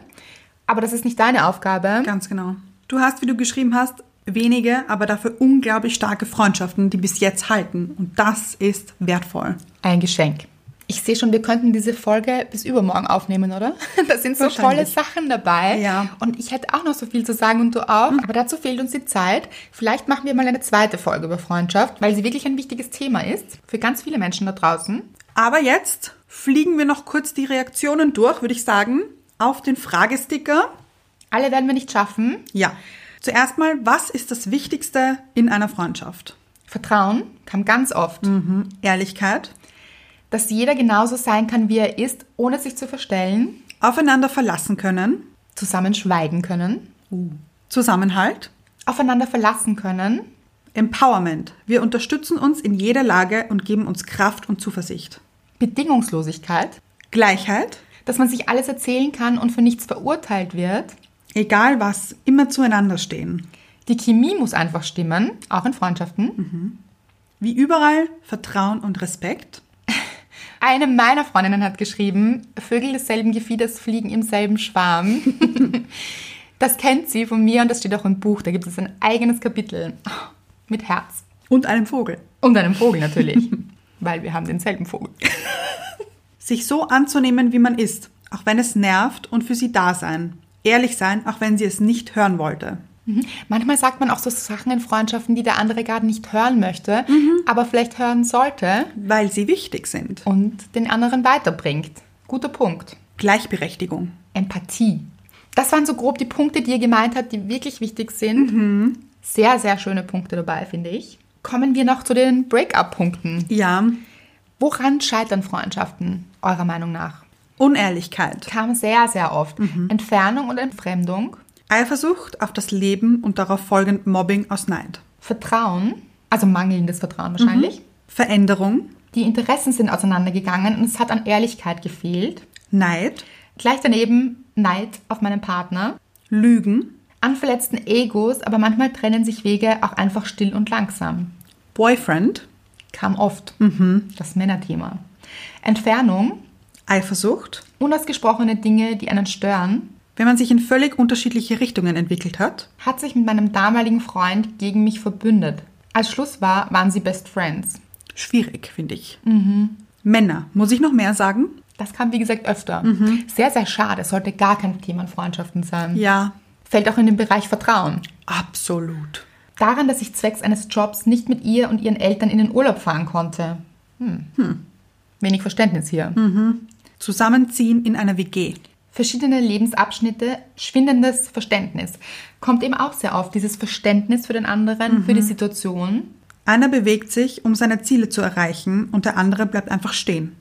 B: Aber das ist nicht deine Aufgabe.
A: Ganz genau. Du hast, wie du geschrieben hast, wenige, aber dafür unglaublich starke Freundschaften, die bis jetzt halten. Und das ist wertvoll.
B: Ein Geschenk. Ich sehe schon, wir könnten diese Folge bis übermorgen aufnehmen, oder? *laughs* Da sind so tolle
A: Wahrscheinlich.
B: Sachen dabei.
A: Ja. Mhm.
B: Und ich hätte auch noch so viel zu sagen und du auch. Aber dazu fehlt uns die Zeit. Vielleicht machen wir mal eine zweite Folge über Freundschaft, weil sie wirklich ein wichtiges Thema ist für ganz viele Menschen da draußen.
A: Aber jetzt fliegen wir noch kurz die Reaktionen durch, würde ich sagen, auf den Fragesticker.
B: Alle werden wir nicht schaffen.
A: Ja. Zuerst mal, was ist das Wichtigste in einer Freundschaft?
B: Vertrauen kam ganz oft.
A: Mhm. Ehrlichkeit,
B: Dass jeder genauso sein kann, wie er ist, ohne sich zu verstellen.
A: aufeinander verlassen können, uh,
B: Zusammen schweigen können.
A: Zusammenhalt,
B: Aufeinander verlassen können.
A: Empowerment. Wir unterstützen uns in jeder Lage und geben uns Kraft und Zuversicht.
B: Bedingungslosigkeit.
A: Gleichheit,
B: Dass man sich alles erzählen kann und für nichts verurteilt wird.
A: egal was, immer zueinander stehen.
B: Die Chemie muss einfach stimmen, auch in Freundschaften.
A: Wie überall Vertrauen und Respekt.
B: Eine meiner Freundinnen hat geschrieben, Vögel desselben Gefieders fliegen im selben Schwarm. das kennt sie von mir und das steht auch im Buch. Da gibt es ein eigenes Kapitel mit Herz.
A: Und einem Vogel.
B: Und einem Vogel natürlich, weil wir haben denselben Vogel.
A: Sich so anzunehmen, wie man ist, auch wenn es nervt und für sie da sein. Ehrlich sein, auch wenn sie es nicht hören wollte.
B: Mhm. Manchmal sagt man auch so Sachen in Freundschaften, die der andere gerade nicht hören möchte, aber vielleicht hören sollte
A: Weil sie wichtig sind.
B: und den anderen weiterbringt. Guter Punkt.
A: Gleichberechtigung.
B: Empathie. Das waren so grob die Punkte, die ihr gemeint habt, die wirklich wichtig sind. Sehr, sehr schöne Punkte dabei, finde ich. Kommen wir noch zu den Break-up-Punkten.
A: Ja.
B: Woran scheitern Freundschaften, eurer Meinung nach?
A: Unehrlichkeit.
B: Kam sehr, sehr oft. Entfernung und Entfremdung.
A: Eifersucht auf das Leben und darauf folgend Mobbing aus Neid. Mhm.
B: Vertrauen, also mangelndes Vertrauen wahrscheinlich.
A: Veränderung.
B: Die Interessen sind auseinandergegangen und es hat an Ehrlichkeit gefehlt.
A: Neid.
B: Gleich daneben Neid auf meinen Partner.
A: Lügen.
B: An verletzten Egos, aber manchmal trennen sich Wege auch einfach still und langsam.
A: Boyfriend.
B: kam oft. Mhm. Das Männerthema. Entfernung,
A: Eifersucht.
B: unausgesprochene Dinge, die einen stören,
A: Wenn man sich in völlig unterschiedliche Richtungen entwickelt hat.
B: hat sich mit meinem damaligen Freund gegen mich verbündet. Als Schluss war, waren sie Best Friends.
A: Schwierig, finde ich. Männer. Muss ich noch mehr sagen?
B: Das kam, wie gesagt, öfter. Sehr, sehr schade. Es sollte gar kein Thema in Freundschaften sein.
A: Ja.
B: Fällt auch in den Bereich Vertrauen.
A: Absolut.
B: Daran, dass ich zwecks eines Jobs nicht mit ihr und ihren Eltern in den Urlaub fahren konnte. Hm. Wenig Verständnis hier.
A: Zusammenziehen in einer WG.
B: verschiedene Lebensabschnitte, schwindendes Verständnis. Kommt eben auch sehr oft, dieses Verständnis für den anderen, für die Situation.
A: Einer bewegt sich, um seine Ziele zu erreichen und der andere bleibt einfach stehen.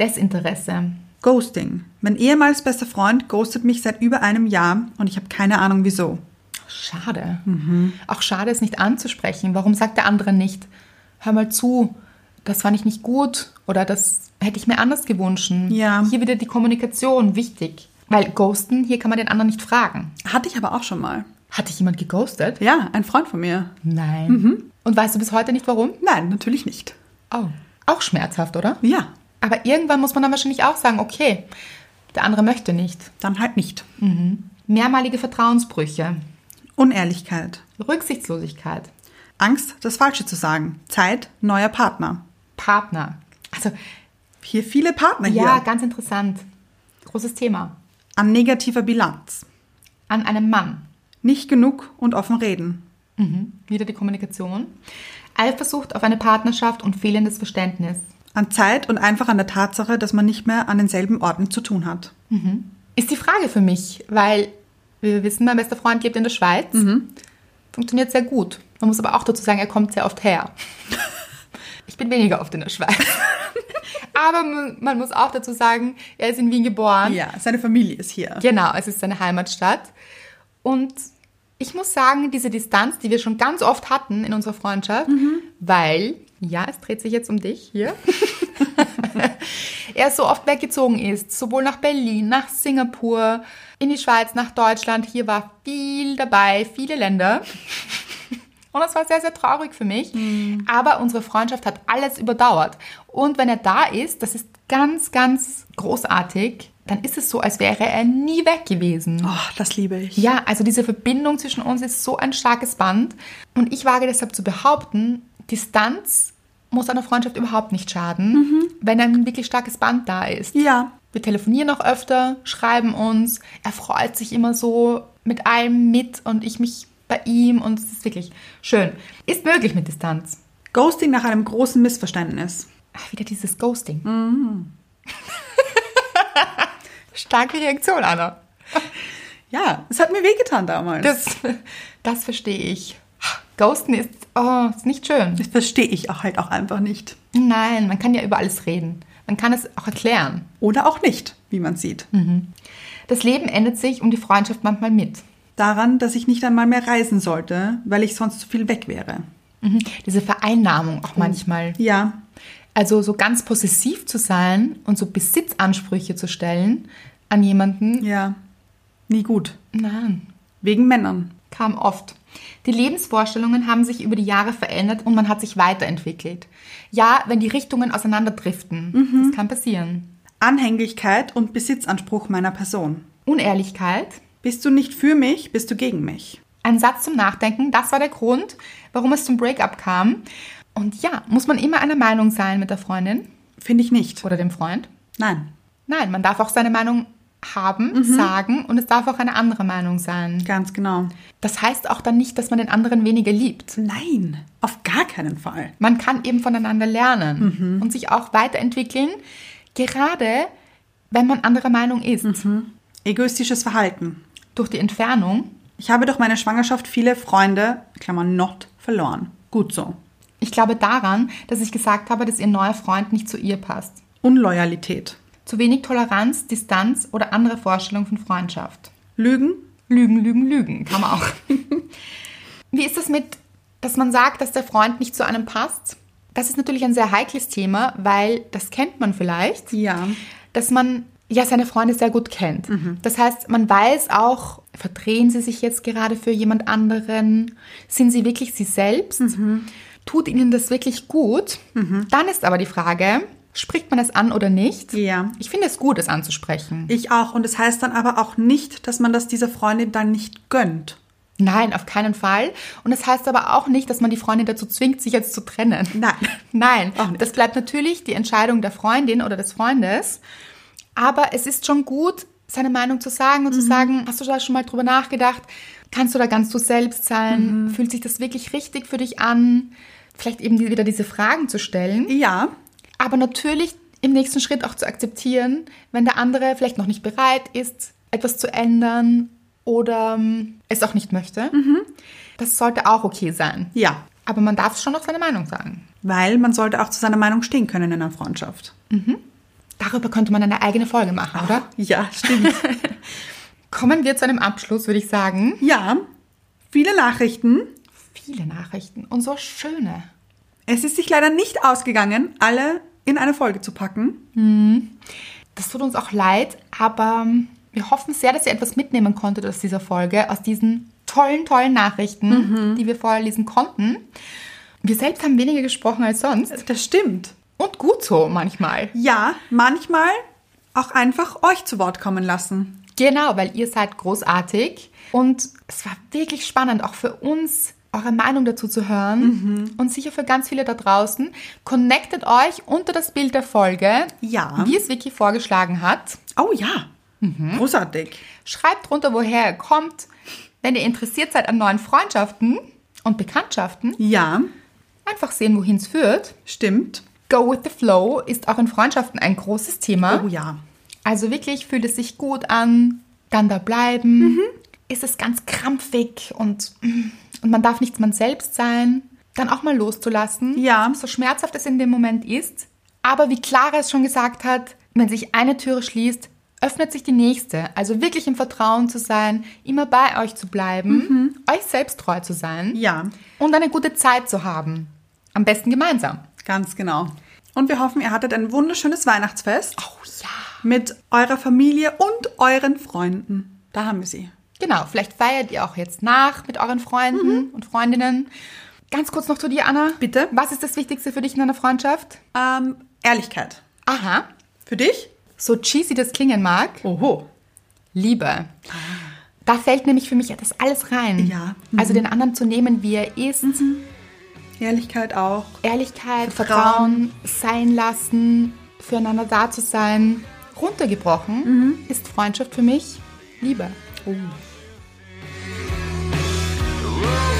B: Desinteresse.
A: Ghosting. Mein ehemals bester Freund ghostet mich seit über einem Jahr und ich habe keine Ahnung wieso.
B: Schade. Auch schade, es nicht anzusprechen. Warum sagt der andere nicht, hör mal zu, das fand ich nicht gut oder das hätte ich mir anders gewünscht.
A: Ja.
B: Hier wieder die Kommunikation, wichtig. Weil ghosten, hier kann man den anderen nicht fragen.
A: Hatte ich aber auch schon mal.
B: Hat dich jemand geghostet?
A: Ja, ein Freund von mir.
B: Nein. Und weißt du bis heute nicht warum?
A: Nein, natürlich nicht.
B: Oh. Auch schmerzhaft, oder?
A: Ja,
B: Aber irgendwann muss man dann wahrscheinlich auch sagen, okay, der andere möchte nicht.
A: dann halt nicht.
B: Mehrmalige Vertrauensbrüche,
A: Unehrlichkeit.
B: Rücksichtslosigkeit,
A: Angst, das Falsche zu sagen. Zeit, neuer Partner.
B: Partner. Also
A: Hier viele Partner hier.
B: ja, ganz interessant. Großes Thema.
A: An negativer Bilanz.
B: An einem Mann. Mhm.
A: Nicht genug und offen reden.
B: Wieder die Kommunikation. Eifersucht auf eine Partnerschaft und fehlendes Verständnis.
A: An Zeit und einfach an der Tatsache, dass man nicht mehr an denselben Orten zu tun hat.
B: Ist die Frage für mich, weil wir wissen, mein bester Freund lebt in der Schweiz. Funktioniert sehr gut. Man muss aber auch dazu sagen, er kommt sehr oft her. Ich bin weniger oft in der Schweiz. aber mu- man muss auch dazu sagen, er ist in Wien geboren.
A: Ja, seine Familie ist hier.
B: Genau, es ist seine Heimatstadt. Und ich muss sagen, diese Distanz, die wir schon ganz oft hatten in unserer Freundschaft, weil, ja, es dreht sich jetzt um dich hier, er so oft weggezogen ist, sowohl nach Berlin, nach Singapur, in die Schweiz, nach Deutschland. Hier war viel dabei, viele Länder. *laughs* Und das war sehr, sehr traurig für mich. Aber unsere Freundschaft hat alles überdauert. Und wenn er da ist, das ist ganz, ganz großartig, dann ist es so, als wäre er nie weg gewesen.
A: Oh, das liebe ich.
B: Ja, also diese Verbindung zwischen uns ist so ein starkes Band. Und ich wage deshalb zu behaupten, Distanz muss einer Freundschaft überhaupt nicht schaden, wenn ein wirklich starkes Band da ist.
A: Ja.
B: Wir telefonieren auch öfter, schreiben uns. Er freut sich immer so mit allem mit und ich mich bei ihm und es ist wirklich schön. Ist möglich mit Distanz.
A: Ghosting nach einem großen Missverständnis.
B: Ach, wieder dieses Ghosting. *laughs* Starke Reaktion, Anna.
A: Ja, es hat mir wehgetan damals.
B: Das, das verstehe ich. Ghosten ist, oh, ist nicht schön.
A: das verstehe ich auch halt auch einfach nicht.
B: Nein, man kann ja über alles reden. Man kann es auch erklären.
A: Oder auch nicht, wie man sieht.
B: Das Leben ändert sich und die Freundschaft manchmal mit.
A: Daran, dass ich nicht einmal mehr reisen sollte, weil ich sonst zu viel weg wäre.
B: Mhm. Diese Vereinnahmung auch manchmal.
A: Ja,
B: Also so ganz possessiv zu sein und so Besitzansprüche zu stellen an jemanden.
A: ja. Nie gut.
B: Nein,
A: Wegen Männern.
B: kam oft. Die Lebensvorstellungen haben sich über die Jahre verändert und man hat sich weiterentwickelt. Ja, wenn die Richtungen auseinanderdriften. Das kann passieren.
A: Anhänglichkeit und Besitzanspruch meiner Person.
B: Unehrlichkeit.
A: Bist du nicht für mich, bist du gegen mich.
B: Ein Satz zum Nachdenken, das war der Grund, warum es zum Breakup kam. Und ja, muss man immer einer Meinung sein mit der Freundin
A: Finde ich nicht.
B: oder dem Freund?
A: Nein,
B: Nein, man darf auch seine Meinung haben, sagen und es darf auch eine andere Meinung sein.
A: ganz genau.
B: Das heißt auch dann nicht, dass man den anderen weniger liebt.
A: Nein, auf gar keinen Fall.
B: Man kann eben voneinander lernen und sich auch weiterentwickeln, gerade wenn man anderer Meinung ist.
A: Egoistisches Verhalten.
B: Durch die Entfernung.
A: Ich habe durch meine Schwangerschaft viele Freunde, Klammern not, verloren. Gut so.
B: Ich glaube daran, dass ich gesagt habe, dass ihr neuer Freund nicht zu ihr passt.
A: Unloyalität.
B: Zu wenig Toleranz, Distanz oder andere Vorstellung von Freundschaft.
A: Lügen.
B: Lügen, lügen, lügen, kann man auch. Wie ist das mit, dass man sagt, dass der Freund nicht zu einem passt? Das ist natürlich ein sehr heikles Thema, weil das kennt man vielleicht,
A: Ja.
B: dass man ja seine Freunde sehr gut kennt. Das heißt, man weiß auch, verdrehen sie sich jetzt gerade für jemand anderen? Sind sie wirklich sie selbst? Tut ihnen das wirklich gut? Dann ist aber die Frage, spricht man es an oder nicht?
A: Ja.
B: Ich finde es gut, es anzusprechen.
A: Ich auch. Und es das heißt dann aber auch nicht, dass man das dieser Freundin dann nicht gönnt.
B: Nein, auf keinen Fall. Und das heißt aber auch nicht, dass man die Freundin dazu zwingt, sich jetzt zu trennen.
A: Nein.
B: *laughs* Nein,
A: Auch nicht.
B: das bleibt natürlich die Entscheidung der Freundin oder des Freundes. Aber es ist schon gut, seine Meinung zu sagen
A: Mhm.
B: und zu sagen, hast du da schon mal drüber nachgedacht? Kannst du da ganz du selbst
A: Mhm.
B: sein? Fühlt sich das wirklich richtig für dich an? Vielleicht eben die, wieder diese Fragen zu stellen.
A: Ja.
B: Aber natürlich im nächsten Schritt auch zu akzeptieren, wenn der andere vielleicht noch nicht bereit ist, etwas zu ändern oder ähm, es auch nicht möchte. Das sollte auch okay sein.
A: Ja.
B: Aber man darf schon noch seine Meinung sagen.
A: Weil man sollte auch zu seiner Meinung stehen können in einer Freundschaft.
B: Darüber könnte man eine eigene Folge machen, oder?
A: Ja, stimmt. *laughs*
B: Kommen wir zu einem Abschluss, würde ich sagen.
A: ja. Viele Nachrichten.
B: Viele Nachrichten und so schöne.
A: Es ist sich leider nicht ausgegangen, alle in eine Folge zu packen.
B: Das tut uns auch leid, aber ähm, wir hoffen sehr, dass ihr etwas mitnehmen konntet aus dieser Folge, aus diesen tollen, tollen Nachrichten, die wir vorher lesen konnten. Wir selbst haben weniger gesprochen als sonst.
A: Das stimmt.
B: Und gut so manchmal.
A: Ja, manchmal auch einfach euch zu Wort kommen lassen.
B: Genau, weil ihr seid großartig. Und es war wirklich spannend, auch für uns eure Meinung dazu zu hören und sicher für ganz viele da draußen. Connectet euch unter das Bild der Folge,
A: Ja.
B: wie es Vicky vorgeschlagen hat.
A: Oh ja. Großartig.
B: Schreibt drunter, woher ihr kommt. Wenn ihr interessiert seid an neuen Freundschaften und Bekanntschaften,
A: Ja,
B: einfach sehen, wohin es führt.
A: stimmt.
B: Go with the flow ist auch in Freundschaften ein großes Thema.
A: Oh ja.
B: Also wirklich fühlt es sich gut an, dann da
A: Mhm.
B: bleiben. Ist es ganz krampfig und, und man darf nicht man selbst sein. Dann auch mal loszulassen.
A: Ja.
B: So schmerzhaft es in dem Moment ist. Aber wie Clara es schon gesagt hat, wenn sich eine Türe schließt, öffnet sich die nächste. Also wirklich im Vertrauen zu sein, immer bei euch zu bleiben, euch selbst treu zu sein
A: Mhm. Ja,
B: und eine gute Zeit zu haben. Am besten gemeinsam.
A: ganz genau. Und wir hoffen, ihr hattet ein wunderschönes Weihnachtsfest
B: Oh ja.
A: mit eurer Familie und euren Freunden. Da haben wir sie.
B: Genau, vielleicht feiert ihr auch jetzt nach mit euren Freunden und Freundinnen. Ganz kurz noch zu dir, Anna.
A: Mhm. Bitte?
B: Was ist das Wichtigste für dich in einer Freundschaft?
A: Ähm, Ehrlichkeit.
B: Aha.
A: Für dich?
B: So cheesy das klingen mag,
A: Oho.
B: Liebe. Da fällt nämlich für mich das alles rein.
A: Ah. Ja. Mhm.
B: Also den anderen zu nehmen, wie er ist,
A: Ehrlichkeit auch.
B: Ehrlichkeit,
A: Vertrauen.
B: Vertrauen, sein lassen, füreinander da zu sein. Runtergebrochen
A: Mhm.
B: ist Freundschaft für mich Liebe.
A: Oh.
E: Ooh,